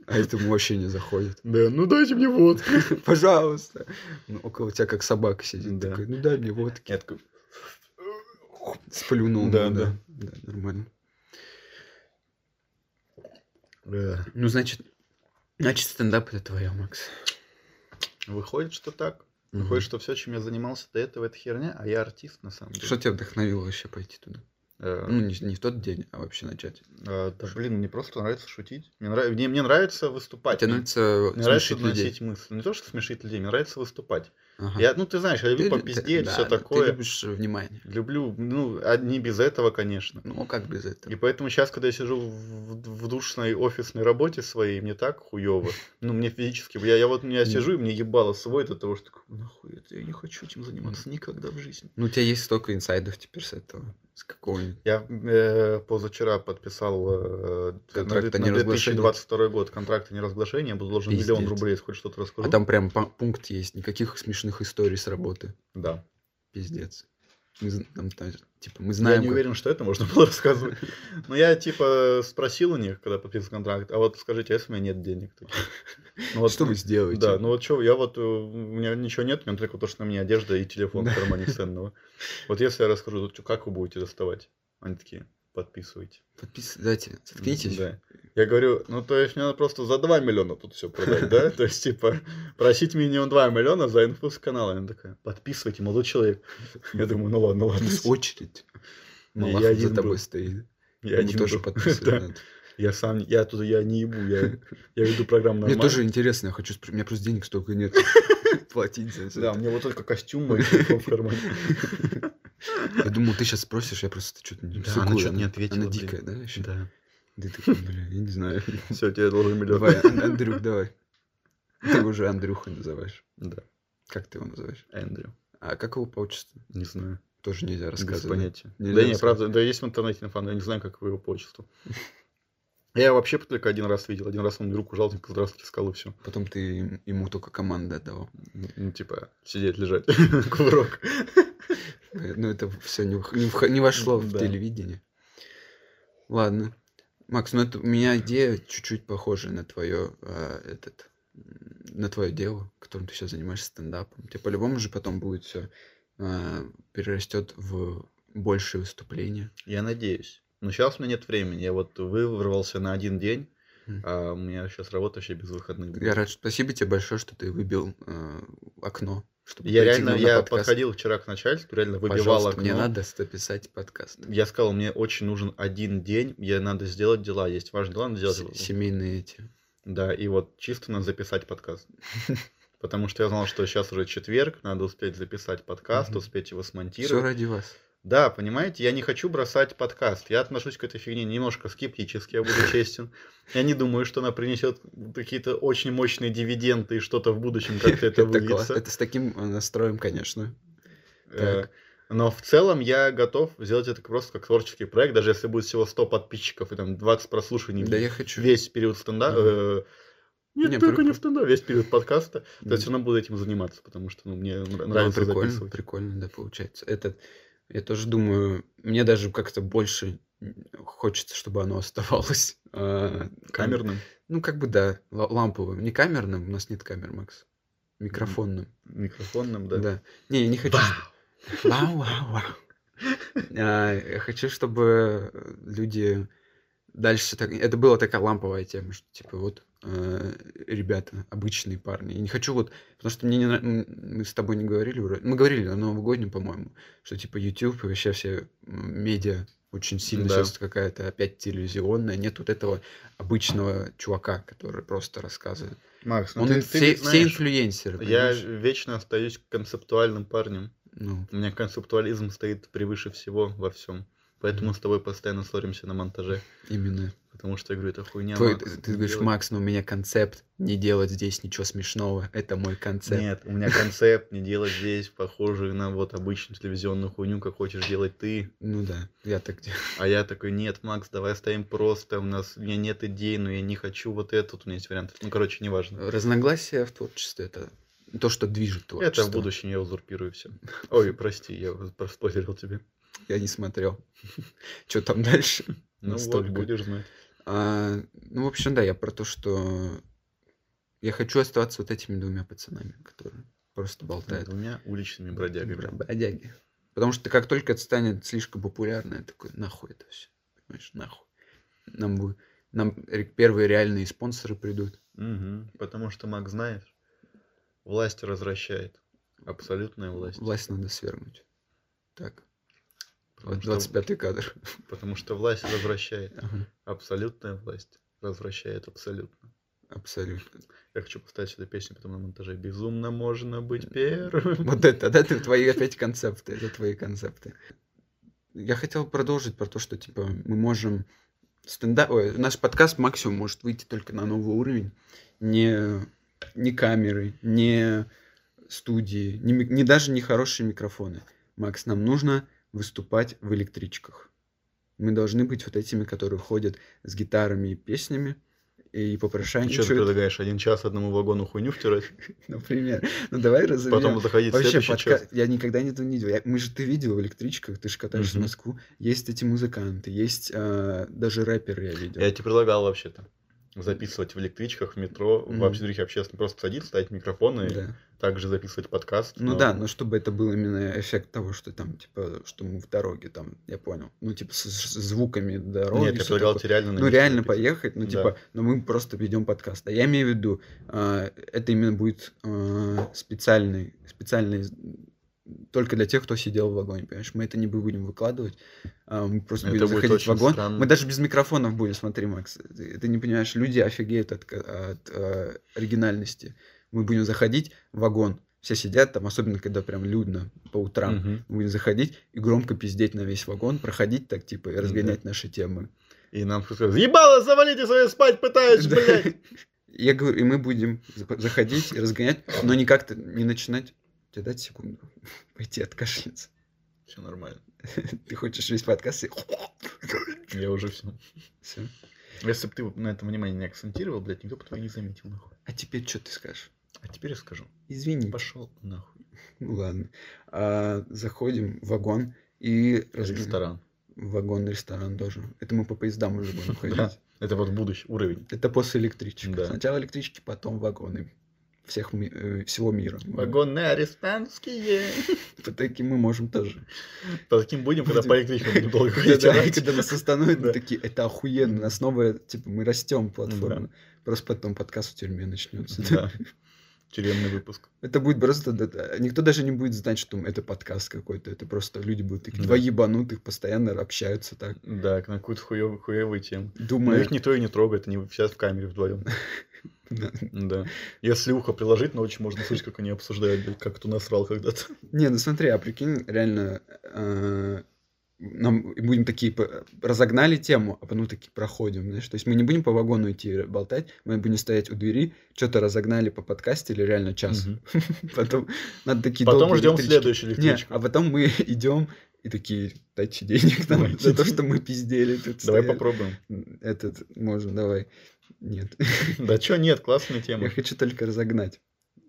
Speaker 4: А этому вообще не заходит.
Speaker 3: Да, ну дайте мне водку.
Speaker 4: Пожалуйста. Ну, около тебя как собака сидит.
Speaker 3: Да.
Speaker 4: Такой, ну дай мне водки.
Speaker 3: Я такой,
Speaker 4: Сплюнул.
Speaker 3: Да,
Speaker 4: ну
Speaker 3: да.
Speaker 4: да. Да, нормально.
Speaker 3: «Да,
Speaker 4: Ну, значит, значит, стендап это твое, Макс.
Speaker 3: Выходит, что так. Выходит, что все, чем я занимался до этого, это херня, а я артист на самом деле.
Speaker 4: Что тебя вдохновило вообще пойти туда?
Speaker 3: Э,
Speaker 4: Ну, не, не в тот день, а вообще начать.
Speaker 3: А, да, блин, мне просто нравится шутить. Мне, нрав- мне, мне нравится выступать.
Speaker 4: Тебе
Speaker 3: Мне-
Speaker 4: нравится
Speaker 3: ну, Мне нравится
Speaker 4: смешить людей.
Speaker 3: доносить мысли. Не то, что смешить людей, мне нравится выступать.
Speaker 4: Ага.
Speaker 3: Я, ну, ты ну, знаешь, я люблю
Speaker 4: Ты-
Speaker 3: попиздеть,
Speaker 4: да,
Speaker 3: все
Speaker 4: да,
Speaker 3: такое.
Speaker 4: Ты любишь внимание.
Speaker 3: Люблю, ну, а не без этого, конечно.
Speaker 4: Ну, а как без этого?
Speaker 3: И поэтому сейчас, когда я сижу в, в душной офисной работе своей, мне так хуево. Ну, мне физически. Я, я вот я
Speaker 4: Мгм.
Speaker 3: сижу, и мне ебало свой от того, что такой, нахуй это, я не хочу этим заниматься никогда в жизни.
Speaker 4: Ну, у тебя есть столько инсайдов теперь с этого. С какого-нибудь.
Speaker 3: Я э, позавчера подписал э,
Speaker 4: Контракт о
Speaker 3: на, две- на
Speaker 4: неразглашении.
Speaker 3: 2022 год контракт о неразглашении. Я буду должен
Speaker 4: Пиздец.
Speaker 3: миллион рублей, если хоть что-то расскажу.
Speaker 4: А там прям па- пункт есть. Никаких смешных историй с работы.
Speaker 3: Да.
Speaker 4: Пиздец. Мы, зн- там, та- типа, мы знаем,
Speaker 3: я не
Speaker 4: как-
Speaker 3: уверен, что это можно было рассказывать. Но я типа спросил у них, когда подписывал контракт, а вот скажите, а если у меня нет денег? Ну, вот,
Speaker 4: что вы сделаете.
Speaker 3: Да, ну вот что, я вот, э, у меня ничего нет, у меня только то, что на мне одежда и телефон в
Speaker 4: Да.
Speaker 3: кармане ценного. Вот если я расскажу, то чё, как вы будете доставать? Они такие, подписывайте.
Speaker 4: Подпис- дайте, заткнитесь.
Speaker 3: Да. Я говорю, ну то есть мне надо просто за 2 миллиона тут все продать, да? То есть, типа, просить минимум 2 миллиона за инфу с канала. Она такая, подписывайте, молодой человек. Я думаю, ну ладно, ладно.
Speaker 4: С очередь.
Speaker 3: Не,
Speaker 4: Малахов
Speaker 3: я
Speaker 4: за
Speaker 3: один
Speaker 4: тобой
Speaker 3: был.
Speaker 4: стоит.
Speaker 3: Я
Speaker 4: Ему
Speaker 3: один
Speaker 4: тоже
Speaker 3: был.
Speaker 4: подписывать
Speaker 3: Да.
Speaker 4: надо.
Speaker 3: Я сам, не- я тут, я не ебу, я, я веду программу
Speaker 4: Мне
Speaker 3: нормально.
Speaker 4: тоже интересно, я хочу, спр- у меня просто денег столько нет. Платить за это.
Speaker 3: Да, мне вот только костюм мой телефон в кармане.
Speaker 4: Я думал, ты сейчас спросишь, я просто что-то не
Speaker 3: Да, она чё-то не ответила,
Speaker 4: Она
Speaker 3: блин.
Speaker 4: дикая, да, вообще?
Speaker 3: Да.
Speaker 4: Ты такой, бля, я не знаю.
Speaker 3: Все, тебе должен миллион.
Speaker 4: Давай, Ан- Андрюх, давай. Ты его уже Андрюха называешь.
Speaker 3: Да,
Speaker 4: Как ты его называешь?
Speaker 3: Эндрю.
Speaker 4: А как его по отчеству?
Speaker 3: Не знаю.
Speaker 4: Тоже нельзя
Speaker 3: Без
Speaker 4: рассказывать. да?
Speaker 3: понятия.
Speaker 4: Нельзя
Speaker 3: да не,
Speaker 4: рассказывать.
Speaker 3: правда, да есть в интернете инфа, но я не знаю, как вы его по отчеству. Я его вообще только один раз видел. Один раз он мне руку жал, типа, здравствуйте, сказал, и все.
Speaker 4: Потом ты им- ему только команду отдавал.
Speaker 3: Ну, типа, сидеть, лежать, кувырок.
Speaker 4: Э, Ну, это все не, вх- не вх- не вошло в
Speaker 3: Да.
Speaker 4: телевидение. Ладно. Макс, ну это у меня идея чуть-чуть похожая на твое этот м, на твое дело, которым ты сейчас занимаешься стендапом. Тебе по-любому же потом будет все перерастет в большее выступление.
Speaker 3: Я надеюсь. Но сейчас у меня нет времени. Я вот вырвался на один день,
Speaker 4: Мгм.
Speaker 3: а у меня сейчас работа вообще без выходных.
Speaker 4: Я рад, спасибо тебе большое, что ты выбил э, окно, чтобы
Speaker 3: Я
Speaker 4: прийти к
Speaker 3: реально,
Speaker 4: нам на
Speaker 3: я
Speaker 4: подкаст.
Speaker 3: подходил вчера к начальству, реально выбивал
Speaker 4: Пожалуйста,
Speaker 3: окно.
Speaker 4: Мне надо записать подкаст.
Speaker 3: Я сказал, мне очень нужен один день, мне надо сделать дела, есть важные дела, надо
Speaker 4: С-
Speaker 3: сделать.
Speaker 4: Семейные эти.
Speaker 3: Да, и вот чисто надо записать подкаст. Потому что я знал, что сейчас уже четверг, надо успеть записать подкаст,
Speaker 4: Мгм.
Speaker 3: успеть его
Speaker 4: Все
Speaker 3: смонтировать.
Speaker 4: ради вас.
Speaker 3: Да, понимаете, я не хочу бросать подкаст. Я отношусь к этой фигне немножко скептически, я буду честен. Я не думаю, что она принесет какие-то очень мощные дивиденды и что-то в будущем как-то это
Speaker 4: класс.
Speaker 3: выльется.
Speaker 4: Это с таким э, настроем, конечно.
Speaker 3: Э,
Speaker 4: Так.
Speaker 3: Но в целом я готов сделать это просто как творческий проект, даже если будет всего 100 подписчиков и там 20 прослушиваний
Speaker 4: Да я хочу.
Speaker 3: весь период стендапа. Нет,
Speaker 4: Не,
Speaker 3: только
Speaker 4: прикольно.
Speaker 3: не в стендапе, весь период подкаста.
Speaker 4: Мгм.
Speaker 3: То есть все равно буду этим заниматься, потому что ну, мне нра-
Speaker 4: Ну,
Speaker 3: нравится
Speaker 4: прикольно,
Speaker 3: записывать.
Speaker 4: прикольно, да, получается. Это, я тоже думаю, мне даже как-то больше хочется, чтобы оно оставалось. а, кам-
Speaker 3: Камерным.
Speaker 4: Ну, как бы да, ла- ламповым. Не камерным, у нас нет камер, Макс. Микрофонным.
Speaker 3: Микрофонным, да.
Speaker 4: Да. Не, я не хочу. чтоб- Вау, вау, вау. А, Я хочу, чтобы э, люди дальше так. Это была такая ламповая тема, что типа вот э, ребята, обычные парни. Я не хочу вот, потому что мне не нра- м, мы с тобой не говорили, вроде- мы говорили на новогоднем, по-моему, что типа YouTube и вообще все м, медиа очень сильно
Speaker 3: Да.
Speaker 4: сейчас какая-то опять телевизионная, нет вот этого обычного чувака, который просто рассказывает.
Speaker 3: Макс, ну
Speaker 4: Он
Speaker 3: ты,
Speaker 4: инф-
Speaker 3: ты
Speaker 4: все,
Speaker 3: ведь
Speaker 4: все
Speaker 3: знаешь,
Speaker 4: инфлюенсеры.
Speaker 3: я
Speaker 4: понимаешь?
Speaker 3: вечно остаюсь концептуальным парнем.
Speaker 4: Ну,
Speaker 3: У меня концептуализм стоит превыше всего во всем. Поэтому с тобой постоянно ссоримся на монтаже.
Speaker 4: именно.
Speaker 3: Потому что я говорю, это хуйня.
Speaker 4: Твой-
Speaker 3: Макс,
Speaker 4: ты,
Speaker 3: не
Speaker 4: говоришь,
Speaker 3: делай».
Speaker 4: Макс, но у меня концепт не делать здесь ничего смешного. Это мой концепт.
Speaker 3: Нет, у меня концепт не делать здесь похожую на вот обычную телевизионную хуйню, как хочешь делать ты.
Speaker 4: Ну да, я так делаю.
Speaker 3: А я такой, нет, Макс, давай оставим просто, у нас, у меня нет идей, но я не хочу вот этот, у меня есть вариант. Ну, короче, неважно.
Speaker 4: Разногласия в творчестве это то, что движет творчество.
Speaker 3: Это в будущем я узурпирую все. Ой, прости, я вот проспойлерил тебе.
Speaker 4: Я не смотрел. Что там дальше?
Speaker 3: Ну
Speaker 4: Настолько.
Speaker 3: вот, будешь знать.
Speaker 4: А, ну, в общем, да, я про то, что я хочу оставаться вот этими двумя пацанами, которые просто болтают.
Speaker 3: Двумя уличными Ну, бродягами.
Speaker 4: Бродяги. Потому что как только это станет слишком популярно, я такой, нахуй это все. Понимаешь, нахуй. Нам, бы- нам ре- первые реальные спонсоры придут.
Speaker 3: Мгм. Потому что, Макс, знаешь, власть развращает. Абсолютная власть.
Speaker 4: Власть надо свергнуть. Так,
Speaker 3: Потому, что-
Speaker 4: 25-й кадр.
Speaker 3: потому что власть развращает. Абсолютная власть развращает абсолютно.
Speaker 4: Абсолютно.
Speaker 3: Я хочу поставить сюда песню потом на монтаже. Безумно можно быть первым.
Speaker 4: Вот это, да, ты- твои опять концепты, это твои концепты. Я хотел продолжить про то, что, типа, мы можем стендап... Ой, наш подкаст максимум может выйти только на новый уровень. Не, не камеры, не студии, не, ми- не даже не хорошие микрофоны. Макс, нам нужно выступать в электричках. Мы должны быть вот этими, которые ходят с гитарами и песнями, и
Speaker 3: Ну, Что ты
Speaker 4: попрошайничают,
Speaker 3: предлагаешь, один час одному вагону хуйню втирать,
Speaker 4: например. Ну давай разберем.
Speaker 3: потом заходить в
Speaker 4: Вообще,
Speaker 3: следующий
Speaker 4: подка-
Speaker 3: час?
Speaker 4: я никогда не этого не видел. Я- Мы же ты видел в электричках, ты же катаешься в
Speaker 3: Мгм.
Speaker 4: Москву. Есть эти музыканты, есть а, даже рэперы я видел.
Speaker 3: Я тебе предлагал вообще-то записывать в электричках, в метро, в
Speaker 4: Мгм.
Speaker 3: воздухе общественном. Просто садиться, ставить микрофон и
Speaker 4: Да.
Speaker 3: также записывать подкаст.
Speaker 4: Ну
Speaker 3: но-
Speaker 4: да, но чтобы это был именно эффект того, что там, типа, что мы в дороге, там, я понял. Ну, типа, с, с звуками дороги.
Speaker 3: Нет, я
Speaker 4: всё
Speaker 3: предлагал
Speaker 4: такое.
Speaker 3: тебе реально на
Speaker 4: Ну,
Speaker 3: них
Speaker 4: реально
Speaker 3: записать.
Speaker 4: поехать, ну,
Speaker 3: Да.
Speaker 4: типа, но мы просто ведем подкаст. А я имею в виду, а, это именно будет а, специальный, специальный з- только для тех, кто сидел в вагоне, понимаешь? Мы это не будем выкладывать, а, мы просто
Speaker 3: Это
Speaker 4: будем
Speaker 3: будет
Speaker 4: заходить в
Speaker 3: очень
Speaker 4: вагон.
Speaker 3: странно.
Speaker 4: Мы даже без микрофонов будем, смотри, Макс, ты, ты не понимаешь, люди офигеют от, ка- от, а, оригинальности. Мы будем заходить в вагон, все сидят там, особенно когда прям людно по утрам.
Speaker 3: Мгм.
Speaker 4: Мы будем заходить и громко пиздеть на весь вагон, проходить так, типа, и
Speaker 3: М-да.
Speaker 4: разгонять наши темы.
Speaker 3: И нам просто скажут, ебало, завалите свое спать пытаюсь,
Speaker 4: Да.
Speaker 3: блядь.
Speaker 4: Я говорю, и мы будем зап- заходить и разгонять, но не как-то не начинать. Тебе дать секунду пойти откашляться.
Speaker 3: Все нормально.
Speaker 4: Ты хочешь весь подкаст и...
Speaker 3: Я уже все.
Speaker 4: Всё.
Speaker 3: Если бы ты на этом внимание не акцентировал, блядь, никто бы твоего не заметил, нахуй.
Speaker 4: А теперь что ты скажешь?
Speaker 3: А теперь я скажу.
Speaker 4: Извини.
Speaker 3: Пошел нахуй.
Speaker 4: Ну ладно. А, заходим в вагон и... разгон-
Speaker 3: Ресторан.
Speaker 4: В вагон, ресторан тоже. Это мы по поездам уже будем
Speaker 3: Да.
Speaker 4: ходить.
Speaker 3: Это вот будущий уровень.
Speaker 4: Это после электричек.
Speaker 3: Да.
Speaker 4: Сначала электрички, потом вагоны. Всех, ми- э, всего мира.
Speaker 3: Вагонные арестантские.
Speaker 4: По таким мы можем тоже.
Speaker 3: Таким будем, когда
Speaker 4: Будем.
Speaker 3: по электричкам будем долго
Speaker 4: Да,
Speaker 3: ходить.
Speaker 4: да,
Speaker 3: орать.
Speaker 4: когда нас остановят, мы
Speaker 3: Да.
Speaker 4: такие, это охуенно, у нас новая, типа, мы растем платформа.
Speaker 3: Ну Да.
Speaker 4: Просто потом подкаст в тюрьме начнется.
Speaker 3: Да. Тюремный выпуск.
Speaker 4: Это будет просто... да, да, Никто даже не будет знать, что это подкаст какой-то. Это просто люди будут такие,
Speaker 3: Ну Да.
Speaker 4: два ебанутых, постоянно общаются так,
Speaker 3: Да, на какую-то хуевую, хуевую тему. Но
Speaker 4: думая...
Speaker 3: Ну, их никто и не трогает, они сейчас в камере вдвоем.
Speaker 4: Да.
Speaker 3: Да. Если ухо приложить, ночью можно слышать, как они обсуждают, блядь, как кто насрал когда-то.
Speaker 4: Не, ну смотри, а прикинь, реально... э, Нам и будем такие п- разогнали тему, а потом такие проходим, знаешь. То есть мы не будем по вагону идти болтать, мы будем стоять у двери, что-то разогнали по подкасте или реально час.
Speaker 3: Мгм.
Speaker 4: Потом надо такие
Speaker 3: Потом
Speaker 4: долгие
Speaker 3: ждем
Speaker 4: электрички.
Speaker 3: следующую
Speaker 4: Не,
Speaker 3: электричку.
Speaker 4: а потом мы идем и такие, дайте денег нам
Speaker 3: Давайте
Speaker 4: за то,
Speaker 3: денег.
Speaker 4: что мы пиздели. тут
Speaker 3: Давай
Speaker 4: стояли».
Speaker 3: попробуем.
Speaker 4: Этот, можно, давай. Нет,
Speaker 3: Да чё нет, классная
Speaker 4: я
Speaker 3: тема.
Speaker 4: хочу только разогнать.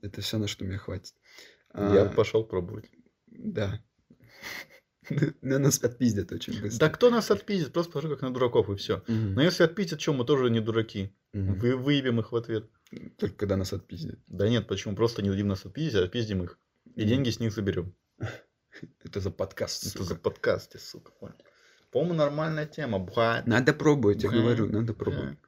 Speaker 4: Это все, на что мне хватит. А,
Speaker 3: Я пошел пробовать.
Speaker 4: Да. На нас отпиздят очень
Speaker 3: Да
Speaker 4: быстро.
Speaker 3: кто нас отпиздит? Просто положу как на дураков и все.
Speaker 4: Мгм.
Speaker 3: Но Ну, если отпиздят, что мы тоже не дураки.
Speaker 4: Мгм.
Speaker 3: Вы выебем их в ответ.
Speaker 4: Только когда нас отпиздят.
Speaker 3: Да нет, почему? Просто не дадим нас отпиздить, а отпиздим их. И деньги с них заберем.
Speaker 4: Это за подкаст,
Speaker 3: Это
Speaker 4: сука.
Speaker 3: за подкасты, сука. понял? По-моему, нормальная тема. Бха.
Speaker 4: Надо пробовать, я
Speaker 3: Бля.
Speaker 4: говорю, надо
Speaker 3: э,
Speaker 4: пробовать.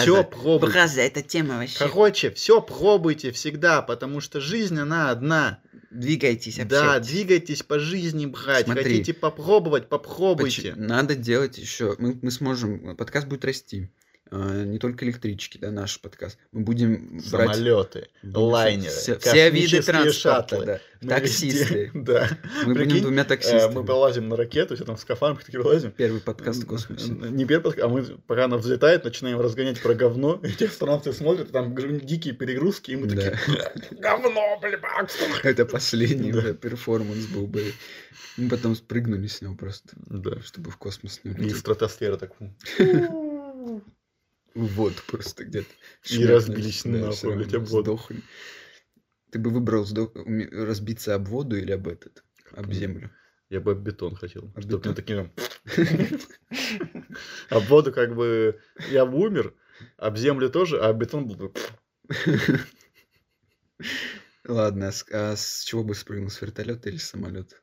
Speaker 3: Все пробуйте.
Speaker 2: Бхаза, это тема вообще.
Speaker 3: Короче, все пробуйте всегда, потому что жизнь, она одна.
Speaker 2: Двигайтесь,
Speaker 3: да,
Speaker 2: общайтесь.
Speaker 3: двигайтесь по жизни, брать.
Speaker 4: Смотри.
Speaker 3: Хотите попробовать,
Speaker 4: Поч-
Speaker 3: попробуйте.
Speaker 4: Надо делать еще. Мы, мы сможем. Подкаст будет расти. А, Не только электрички, да, наш подкаст. Мы будем брать
Speaker 3: Самолеты,
Speaker 4: будем
Speaker 3: лайнеры,
Speaker 4: все, все виды
Speaker 3: космические
Speaker 4: транспорта,
Speaker 3: шаттлы.
Speaker 4: да.
Speaker 3: Мы
Speaker 4: таксисты.
Speaker 3: везде- Ну, Да.
Speaker 4: Мы будем
Speaker 3: Прикинь,
Speaker 4: двумя
Speaker 3: Э,
Speaker 4: таксистами.
Speaker 3: Мы полазим на ракету, все там в скафандрах такие вылазим.
Speaker 4: Первый подкаст в космосе.
Speaker 3: Н- Не первый, а мы, пока она взлетает, начинаем разгонять про говно, и те астронавты смотрят, там гр- дикие перегрузки, и мы такие, «Э,
Speaker 4: Да.
Speaker 3: говно, блядь.
Speaker 4: Это последний
Speaker 3: Да.
Speaker 4: да, перформанс был бы. Мы потом спрыгнули с него просто,
Speaker 3: Да.
Speaker 4: чтобы в космос не
Speaker 3: И
Speaker 4: улететь.
Speaker 3: стратосфера так. фу.
Speaker 4: В воду просто где-то.
Speaker 3: И
Speaker 4: Шмякнулись,
Speaker 3: разбились
Speaker 4: да,
Speaker 3: нахуй,
Speaker 4: всё равно
Speaker 3: блядь, об воду.
Speaker 4: сдохли. Ты бы выбрал сдох- уме- разбиться об воду или об этот? Об
Speaker 3: Как-то
Speaker 4: землю.
Speaker 3: Я бы об бетон хотел.
Speaker 4: Об
Speaker 3: Чтоб
Speaker 4: бетон.
Speaker 3: мне таким... Об воду как бы я бы умер, об землю тоже, а об бетон был бы...
Speaker 4: Ладно, а с, а с чего бы спрыгнул, с вертолета или с самолета?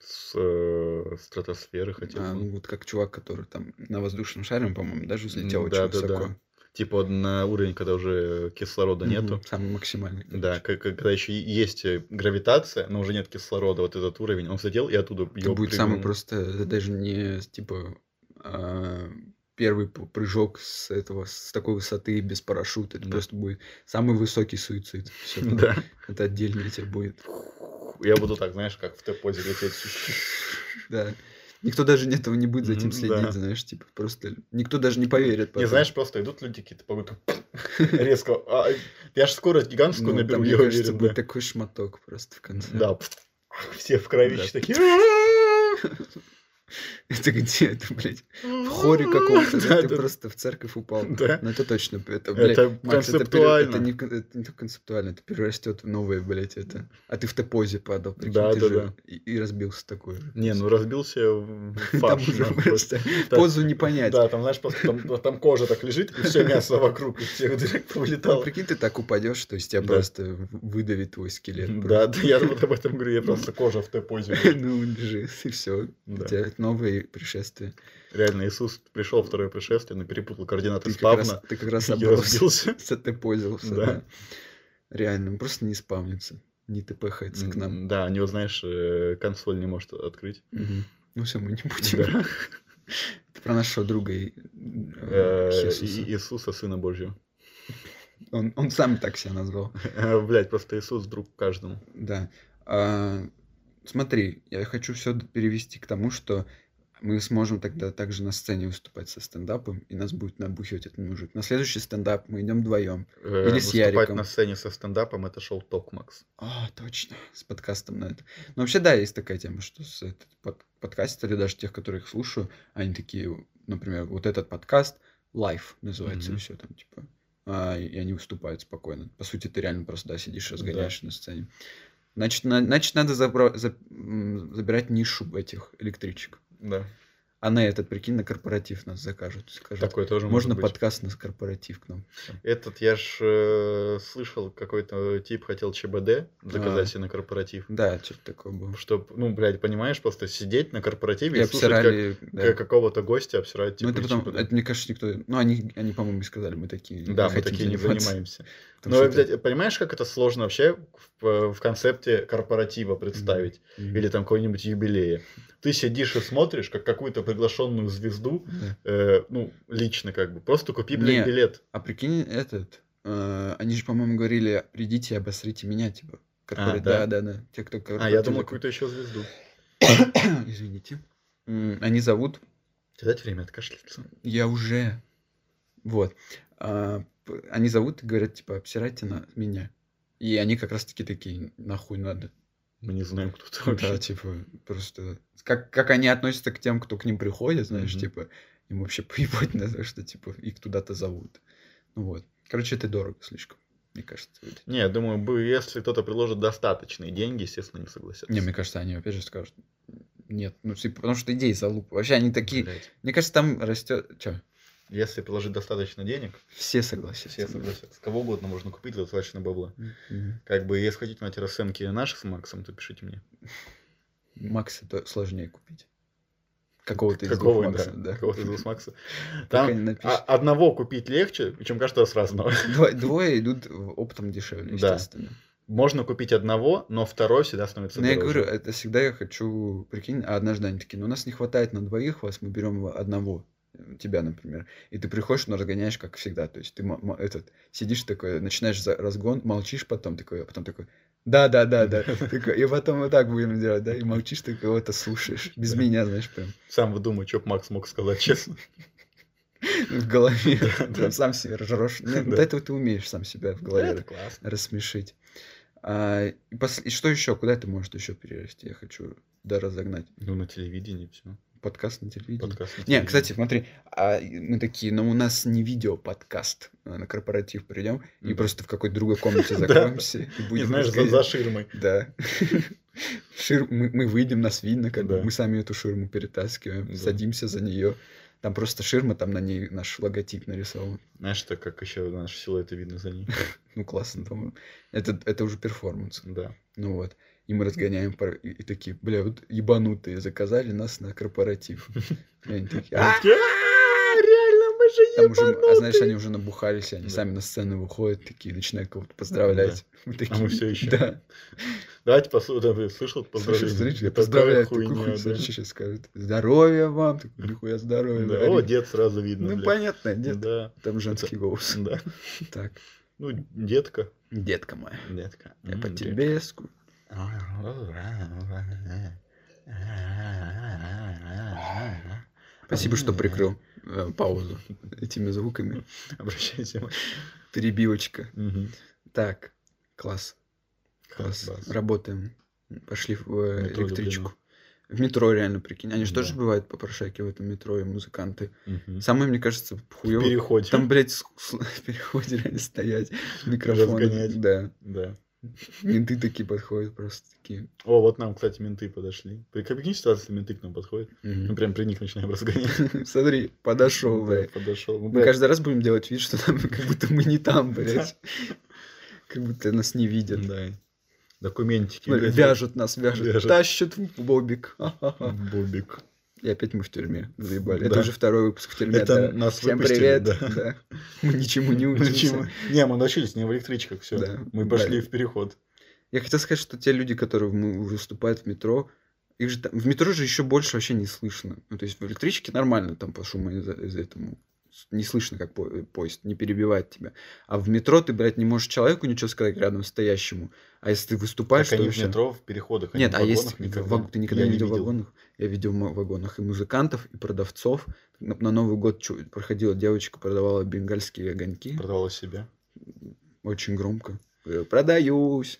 Speaker 3: С э, стратосферы хотел
Speaker 4: А,
Speaker 3: бы.
Speaker 4: ну вот как чувак, который там на воздушном шаре, он, по-моему, даже взлетел очень
Speaker 3: Да-да-да.
Speaker 4: высоко.
Speaker 3: Типа вот на уровень, когда уже кислорода нету.
Speaker 4: Мгм, Самый максимальный.
Speaker 3: Да, к- к- когда еще есть э, гравитация, но уже нет кислорода, вот этот уровень, он взлетел и оттуда
Speaker 4: Это
Speaker 3: ёб
Speaker 4: будет
Speaker 3: прыгнул.
Speaker 4: самый просто, это даже не типа а, первый п- прыжок с этого, с такой высоты без парашюта. Это
Speaker 3: Да.
Speaker 4: просто будет самый высокий суицид. Всё, это-
Speaker 3: Да.
Speaker 4: Это отдельно тебе будет.
Speaker 3: Я буду так, знаешь, как в Т-позе лететь.
Speaker 4: Да. Никто даже не- этого не будет за этим
Speaker 3: Мгм,
Speaker 4: следить,
Speaker 3: да.
Speaker 4: знаешь, типа, просто никто даже не поверит.
Speaker 3: Не
Speaker 4: потом.
Speaker 3: знаешь, просто идут люди какие-то по городу, резко. а, я же скорость гигантскую
Speaker 4: Ну, там,
Speaker 3: наберу,
Speaker 4: мне
Speaker 3: я
Speaker 4: кажется,
Speaker 3: уверен.
Speaker 4: будет
Speaker 3: да.
Speaker 4: такой шматок просто в конце.
Speaker 3: Да. Все в кровище
Speaker 4: Да.
Speaker 3: такие.
Speaker 4: Это где это, блядь? В хоре каком-то.
Speaker 3: Да,
Speaker 4: да, Ты
Speaker 3: да.
Speaker 4: просто в церковь упал.
Speaker 3: Да.
Speaker 4: Ну это точно. Это, блядь,
Speaker 3: «Э, Это
Speaker 4: Макс, это пере-
Speaker 3: концептуально.
Speaker 4: Это, не, кон- это не только концептуально, это перерастет в новое, блядь, это. А ты в топозе падал, прикинь,
Speaker 3: Да,
Speaker 4: ты
Speaker 3: да,
Speaker 4: же
Speaker 3: да.
Speaker 4: И, и разбился такой же.
Speaker 3: Не, ну разбился в
Speaker 4: Там
Speaker 3: фарш.
Speaker 4: уже
Speaker 3: нахуй.
Speaker 4: просто
Speaker 3: Да.
Speaker 4: позу не понять.
Speaker 3: Да, там, знаешь, просто там, там кожа так лежит, и все мясо вокруг у всех дырок
Speaker 4: Там,
Speaker 3: повылетало.
Speaker 4: прикинь, ты так упадешь, что из тебя
Speaker 3: Да.
Speaker 4: просто выдавит твой скелет.
Speaker 3: Да, да, я вот об этом говорю, я просто кожа в той позе.
Speaker 4: просто. Ну, лежи, и все. У
Speaker 3: Да.
Speaker 4: тебя новые пришествия.
Speaker 3: Реально, Иисус пришел второе пришествие, но перепутал координаты
Speaker 4: Ты как раз,
Speaker 3: спавна
Speaker 4: ты как раз
Speaker 3: и
Speaker 4: обрался.
Speaker 3: разбился.
Speaker 4: С этой пользовался,
Speaker 3: Да.
Speaker 4: да. Реально, он просто не спавнится, не тпхается к нам.
Speaker 3: М, Да, у него, знаешь, э, консоль не может открыть.
Speaker 4: Мгм. Ну все, мы не будем.
Speaker 3: Да.
Speaker 4: Это про нашего друга и-
Speaker 3: Э,
Speaker 4: э, Хесуса.
Speaker 3: и- Иисуса, Сына Божьего.
Speaker 4: Он, он сам так себя назвал.
Speaker 3: Блять, просто Иисус друг каждому.
Speaker 4: Да. А, смотри, я хочу все перевести к тому, что мы сможем тогда также на сцене выступать со стендапом, и нас будет набухивать этот мужик. На следующий стендап мы идем вдвоем.
Speaker 3: Э,
Speaker 4: Или с
Speaker 3: выступать
Speaker 4: Яриком.
Speaker 3: на сцене со стендапом это шоу Ток Макс.
Speaker 4: А, точно, с подкастом на это. Ну, вообще, да, есть такая тема, что с этот под- подкастеры, даже тех, которых слушаю, они такие, например, вот этот подкаст лайф называется, и
Speaker 3: Мгм.
Speaker 4: все там, типа. А, и они выступают спокойно. По сути, ты реально просто, да, сидишь, разгоняешь на сцене. Значит, на- значит надо забра- за- м, забирать нишу этих электричек.
Speaker 3: Да.
Speaker 4: А на этот, прикинь, на корпоратив нас закажут. скажут,
Speaker 3: Такое тоже
Speaker 4: Можно
Speaker 3: может быть.
Speaker 4: подкаст на корпоратив к нам?
Speaker 3: Этот, я ж э, слышал, какой-то тип хотел ЧБД заказать
Speaker 4: А.
Speaker 3: себе на корпоратив.
Speaker 4: Да, что-то такое было.
Speaker 3: Чтоб, ну, блядь, понимаешь, просто сидеть на корпоративе
Speaker 4: И
Speaker 3: и слушать,
Speaker 4: обсирали...
Speaker 3: как,
Speaker 4: да.
Speaker 3: как какого-то гостя обсирают, типа,
Speaker 4: ну, это
Speaker 3: и
Speaker 4: потом,
Speaker 3: ЧБД.
Speaker 4: это, мне кажется, никто... Ну, они, они по-моему, и сказали, мы такие...
Speaker 3: Да, мы
Speaker 4: хотим
Speaker 3: такие не Ну,
Speaker 4: заниматься».
Speaker 3: занимаемся.
Speaker 4: Потому
Speaker 3: Но,
Speaker 4: что это-
Speaker 3: блядь, понимаешь, как это сложно вообще в, э, в концепте корпоратива представить?
Speaker 4: Мгм.
Speaker 3: Или там какого-нибудь юбилея. Ты сидишь и смотришь, как какую-то приглашенную звезду,
Speaker 4: Да.
Speaker 3: э, ну, лично как бы. Просто купи, блядь,
Speaker 4: Не.
Speaker 3: билет.
Speaker 4: А прикинь, этот... э, они же, по-моему, говорили, придите и обосрите меня, типа. Корпора-
Speaker 3: А, да?
Speaker 4: да, да, да. Те, кто
Speaker 3: А, я
Speaker 4: корпоративы-
Speaker 3: думал, какую-то еще звезду.
Speaker 4: Извините. М, Они зовут...
Speaker 3: Тебе дать время откашляться?
Speaker 4: Я уже... Вот. А, п- они зовут и говорят, типа, обсирайте на меня. И они как раз-таки такие, нахуй надо.
Speaker 3: Мы не знаем, кто ты
Speaker 4: Да,
Speaker 3: вообще.
Speaker 4: типа, просто... Как, как они относятся к тем, кто к ним приходит, знаешь,
Speaker 3: Мгм.
Speaker 4: типа, им вообще поебать на то, что, типа, их туда-то зовут. Ну вот. Короче, это дорого слишком, мне кажется. будет.
Speaker 3: Не, я думаю, бы, если кто-то предложит достаточные деньги, естественно, не согласятся.
Speaker 4: Не, мне кажется, они опять же скажут, нет, ну, типа, потому что идеи залупы. Вообще, они такие...
Speaker 3: Блядь.
Speaker 4: Мне кажется, там растет... Че?
Speaker 3: Если предложить достаточно денег,
Speaker 4: Все согласятся.
Speaker 3: все согласятся. Кого угодно можно купить за достаточно бабла.
Speaker 4: Мгм.
Speaker 3: Как бы, если хотите найти расценки наших с Максом, то пишите мне.
Speaker 4: Макса то сложнее купить. Какого-то из двух
Speaker 3: Какого,
Speaker 4: Макса,
Speaker 3: да,
Speaker 4: да.
Speaker 3: Какого-то из двух Макса.
Speaker 4: Пока
Speaker 3: Там
Speaker 4: не
Speaker 3: а,
Speaker 4: напишет.
Speaker 3: одного купить легче, чем каждого с разного.
Speaker 4: Дво- Двое идут в- оптом дешевле,
Speaker 3: Да.
Speaker 4: естественно.
Speaker 3: Можно купить одного, но второй всегда становится
Speaker 4: Ну, я
Speaker 3: дороже.
Speaker 4: говорю, это всегда я хочу, прикинь, а однажды они такие, ну, у нас не хватает на двоих вас, мы берем одного, э, тебя, например, и ты приходишь, но разгоняешь, как всегда, то есть ты мо- мо- этот, сидишь такой, начинаешь за разгон, молчишь потом такой, а потом такой, да-да-да-да, такой, и потом вот так будем делать, да, и молчишь, ты кого-то слушаешь, без
Speaker 3: Да.
Speaker 4: меня, знаешь, прям
Speaker 3: Сам выдумай, что Макс мог сказать, честно.
Speaker 4: в голове,
Speaker 3: Да, да.
Speaker 4: прям сам себя жрешь,
Speaker 3: Да.
Speaker 4: до этого ты умеешь сам себя в голове
Speaker 3: классно.
Speaker 4: рассмешить. А, и, пос- и что еще? Куда ты можешь еще перерасти? Я хочу да разогнать.
Speaker 3: Ну, на телевидении все.
Speaker 4: Подкаст на телевидении.
Speaker 3: Подкаст на
Speaker 4: Не,
Speaker 3: телевидении.
Speaker 4: кстати, смотри, а и мы такие, но у нас не видео подкаст. А, На корпоратив придем и
Speaker 3: Мгм.
Speaker 4: просто в какой-то другой комнате
Speaker 3: Да.
Speaker 4: закроемся и
Speaker 3: Не,
Speaker 4: будем.
Speaker 3: знаешь, за,
Speaker 4: разговаривать.
Speaker 3: за ширмой.
Speaker 4: Да. Шир- Мы мы выйдем, нас видно, как бы
Speaker 3: Да.
Speaker 4: мы сами эту ширму перетаскиваем,
Speaker 3: Да.
Speaker 4: садимся за нее. Там просто ширма, там на ней наш логотип нарисован.
Speaker 3: Знаешь, так как еще наши силуэты видно за ней.
Speaker 4: Ну, классно, по-моему. Это, это уже перформанс.
Speaker 3: Да.
Speaker 4: Ну вот. И мы разгоняем пар- и, и такие, бля, вот ебанутые заказали нас на корпоратив. И они такие, «А,
Speaker 3: Они такие, «А, Реально, мы же
Speaker 4: Там уже, а знаешь,
Speaker 3: ебанутые!»
Speaker 4: они уже набухались, они
Speaker 3: Да.
Speaker 4: сами на сцену выходят, такие начинают кого-то поздравлять. Мы
Speaker 3: А мы все еще.
Speaker 4: Да.
Speaker 3: Давайте послушаем. Да, Слышал
Speaker 4: Слушай,
Speaker 3: поздравление?
Speaker 4: смотрите,
Speaker 3: Это
Speaker 4: поздравляю,
Speaker 3: такая
Speaker 4: такой хуй,
Speaker 3: хуйня,
Speaker 4: смотри,
Speaker 3: да.
Speaker 4: сейчас скажут. Здоровья вам, такой, нихуя здоровья.
Speaker 3: Да,
Speaker 4: Они-
Speaker 3: О, дед сразу видно.
Speaker 4: Ну,
Speaker 3: блядь.
Speaker 4: понятно, дед.
Speaker 3: Да,
Speaker 4: Там женский голос.
Speaker 3: да.
Speaker 4: Так,
Speaker 3: Ну, детка.
Speaker 4: детка моя,
Speaker 3: Детка.
Speaker 4: я
Speaker 3: М,
Speaker 4: по
Speaker 3: детка.
Speaker 4: тебе скучаю. Спасибо, что прикрыл э, паузу этими звуками.
Speaker 3: Обращайся.
Speaker 4: Перебивочка.
Speaker 3: Мгм.
Speaker 4: Так, класс. Класс.
Speaker 3: Бас.
Speaker 4: Работаем. Пошли в э,
Speaker 3: Метро
Speaker 4: электричку. В метро реально, прикинь. Они же тоже
Speaker 3: Да.
Speaker 4: бывают попрошайки в этом метро и музыканты.
Speaker 3: Мгм.
Speaker 4: Самое, мне кажется, хуёво.
Speaker 3: Переходим.
Speaker 4: Там, блядь, с- с- в переходе реально стоять, микрофон.
Speaker 3: Разгонять.
Speaker 4: Да.
Speaker 3: Да.
Speaker 4: Менты такие подходят, просто такие.
Speaker 3: О, вот нам, кстати, менты подошли. При каких ситуациях менты к нам подходят? Мы
Speaker 4: «Мгм».
Speaker 3: прям при них начинаем разгонять.
Speaker 4: Смотри, подошел,
Speaker 3: Да,
Speaker 4: блядь.
Speaker 3: Подошел. Ну,
Speaker 4: Мы
Speaker 3: блядь,
Speaker 4: каждый раз будем делать вид, что там, как будто мы не там, блядь. Как будто нас не видят.
Speaker 3: Да. Документики.
Speaker 4: Смотри,
Speaker 3: блядь,
Speaker 4: Вяжут нас, вяжут.
Speaker 3: Вяжут.
Speaker 4: Тащат в бобик. Ха-ха-ха.
Speaker 3: Бобик.
Speaker 4: И опять мы в тюрьме. Заебали. Это
Speaker 3: Да.
Speaker 4: уже второй выпуск в тюрьме.
Speaker 3: Это
Speaker 4: да.
Speaker 3: нас
Speaker 4: Всем
Speaker 3: выпустили,
Speaker 4: привет.
Speaker 3: да.
Speaker 4: да. Мы ничему не
Speaker 3: Почему?
Speaker 4: учимся.
Speaker 3: Не, мы научились, не в электричках все.
Speaker 4: Да,
Speaker 3: Мы пошли
Speaker 4: блядь.
Speaker 3: в переход.
Speaker 4: Я хотел сказать, что те люди, которые м- выступают в метро, их же там- в метро же еще больше вообще не слышно. Ну, то есть в электричке нормально там по шуму из, из этому. с- Не слышно, как по- э, поезд, не перебивает тебя. А в метро ты, блядь, не можешь человеку ничего сказать рядом стоящему. А если ты выступаешь,
Speaker 3: Так
Speaker 4: то
Speaker 3: они в
Speaker 4: вообще...
Speaker 3: метро, в переходах. они
Speaker 4: Нет,
Speaker 3: в
Speaker 4: а
Speaker 3: вагонах
Speaker 4: есть...
Speaker 3: никогда.
Speaker 4: ваг- Ты никогда
Speaker 3: Я
Speaker 4: не видел
Speaker 3: видел.
Speaker 4: вагонах? Я видел в вагонах и музыкантов, и продавцов. На, на Новый год чу- проходила девочка, продавала бенгальские огоньки.
Speaker 3: Продавала себя.
Speaker 4: Очень громко. Говорю, Продаюсь.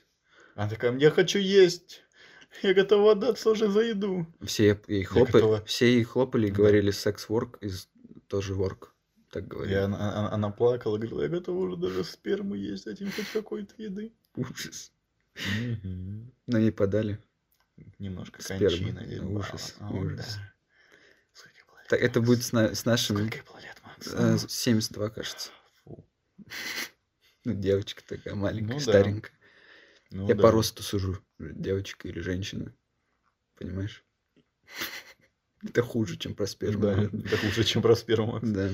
Speaker 3: Она такая, я хочу есть. Я готова отдаться уже за еду.
Speaker 4: Все ей хлопали,
Speaker 3: готова.
Speaker 4: все ей хлопали и
Speaker 3: Да.
Speaker 4: говорили секс-ворк из тоже ворк. Так
Speaker 3: И
Speaker 4: говорили.
Speaker 3: она, она- она плакала, говорила, я готова уже даже сперму есть, дать им хоть какой-то еды.
Speaker 4: Ужас.
Speaker 3: Мгм.
Speaker 4: На ней подали.
Speaker 3: Немножко
Speaker 4: Сперма.
Speaker 3: кончина. ебало.
Speaker 4: Ужас,
Speaker 3: А,
Speaker 4: ужас.
Speaker 3: да. Сколько было лет,
Speaker 4: Так это
Speaker 3: Макс?
Speaker 4: будет с, на- с нашим
Speaker 3: Сколько было лет, Макс? Ну,
Speaker 4: э, 72, кажется.
Speaker 3: Фу.
Speaker 4: Ну, девочка такая
Speaker 3: Ну
Speaker 4: маленькая,
Speaker 3: да.
Speaker 4: старенькая.
Speaker 3: Ну
Speaker 4: Я
Speaker 3: да.
Speaker 4: по росту сужу. Девочка или женщина. Понимаешь? Это хуже, чем про
Speaker 3: Да,
Speaker 4: сперму, наверное.
Speaker 3: это хуже, чем про сперму. Макс.
Speaker 4: Да.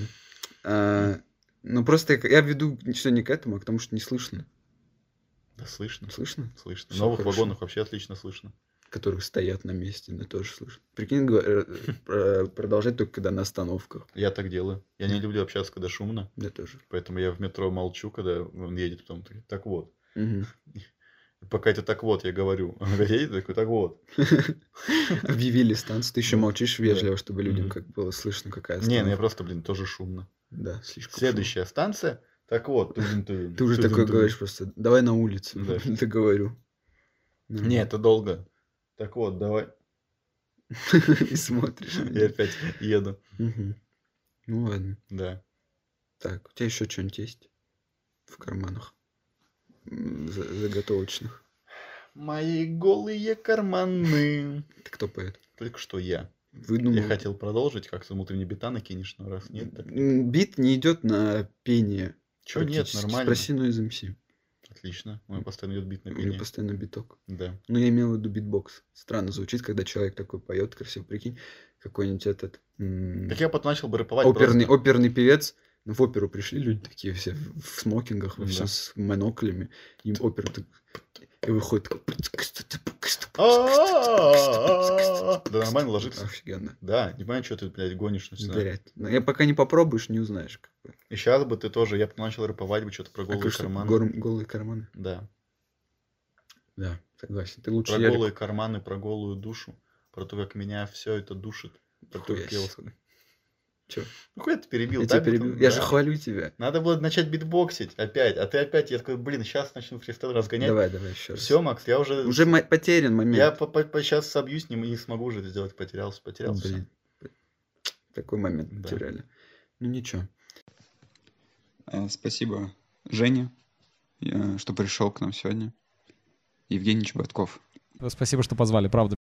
Speaker 4: А, ну, просто я, я веду все не к этому, а к тому, что не слышно. Ну,
Speaker 3: Да слышно.
Speaker 4: Слышно?
Speaker 3: Слышно. В
Speaker 4: Всё
Speaker 3: новых
Speaker 4: хорошо.
Speaker 3: вагонах вообще отлично слышно.
Speaker 4: которых стоят на месте, но тоже слышно. Прикинь, гва- э, э, продолжать только когда на остановках.
Speaker 3: Я так делаю. Я не люблю общаться, когда шумно.
Speaker 4: Да, тоже.
Speaker 3: Поэтому я в метро молчу, когда он едет, потом такой, так вот.
Speaker 4: Мгм.
Speaker 3: Пока это так вот, я говорю. Он говорит, едет, такой, так вот.
Speaker 4: Объявили станцию, ты еще
Speaker 3: Да.
Speaker 4: молчишь вежливо, чтобы людям
Speaker 3: Мгм.
Speaker 4: как было слышно, какая
Speaker 3: Не, ну я
Speaker 4: остановка.
Speaker 3: просто, блин, тоже шумно.
Speaker 4: Да, слишком. шумно.
Speaker 3: Следующая станция, так вот.
Speaker 4: Ты
Speaker 3: Ты
Speaker 4: уже такое говоришь просто, давай на улицу, Ну,
Speaker 3: Да.
Speaker 4: ты говорю.
Speaker 3: Не, это долго. Так вот, давай.
Speaker 4: И смотришь. на
Speaker 3: Я
Speaker 4: них.
Speaker 3: опять еду.
Speaker 4: Мгм. Ну ладно.
Speaker 3: Да.
Speaker 4: Так, у тебя еще что-нибудь есть в карманах? М, за- Заготовочных.
Speaker 3: Мои голые карманы.
Speaker 4: Ты кто поет?
Speaker 3: Только что я.
Speaker 4: Выдумал.
Speaker 3: Я хотел продолжить, как ты внутренний бита накинешь, но ну, раз нет, так...
Speaker 4: М, Бит не идет на пение.
Speaker 3: Чё нет,
Speaker 4: практически.
Speaker 3: нормально.
Speaker 4: Спроси Noise MC.
Speaker 3: Отлично. У меня постоянно идет бит на
Speaker 4: У меня
Speaker 3: пение.
Speaker 4: постоянно биток.
Speaker 3: Да.
Speaker 4: Ну, я имел в виду битбокс. Странно звучит, когда человек такой поет, красиво, прикинь, какой-нибудь этот... м,
Speaker 3: Так я потом начал бы рэповать
Speaker 4: Оперный,
Speaker 3: просто.
Speaker 4: оперный певец. Ну, В оперу пришли люди такие все в в смокингах, во
Speaker 3: Да.
Speaker 4: всем с моноклями. И опер так- И выходит такой...
Speaker 3: Да нормально ложится.
Speaker 4: Офигенно.
Speaker 3: Да, не понимаю, что ты, блядь, гонишь на себя.
Speaker 4: Горят. Но я пока не попробуешь, не узнаешь. как бы.
Speaker 3: И сейчас бы ты тоже, я бы начал рэповать бы что-то про
Speaker 4: А
Speaker 3: голые
Speaker 4: что,
Speaker 3: карманы.
Speaker 4: горм- Голые карманы.
Speaker 3: Да.
Speaker 4: Да, согласен. Ты лучше
Speaker 3: Про
Speaker 4: Ярику.
Speaker 3: голые карманы, про голую душу. Про то, как меня все это душит. Про то,
Speaker 4: Хуя
Speaker 3: как я...
Speaker 4: себе. Чё?
Speaker 3: Ну, хуя ты перебил,
Speaker 4: Я
Speaker 3: да,
Speaker 4: тебя перебил.
Speaker 3: Бетон?
Speaker 4: Я
Speaker 3: Да.
Speaker 4: же хвалю тебя.
Speaker 3: Надо было начать битбоксить опять, а ты опять, я такой, блин, сейчас начну фристайл разгонять.
Speaker 4: Давай, давай еще раз.
Speaker 3: Все, Макс, я уже...
Speaker 4: Уже мо- потерян момент.
Speaker 3: Я сейчас собьюсь, не, не смогу уже это сделать, потерялся, потерялся. всё.
Speaker 4: Блин. Такой момент
Speaker 3: Да.
Speaker 4: потеряли. Ну ничего. Э, Спасибо, э, Женя, что пришел к нам сегодня. Евгений Чеботков.
Speaker 5: Спасибо, что позвали, правда.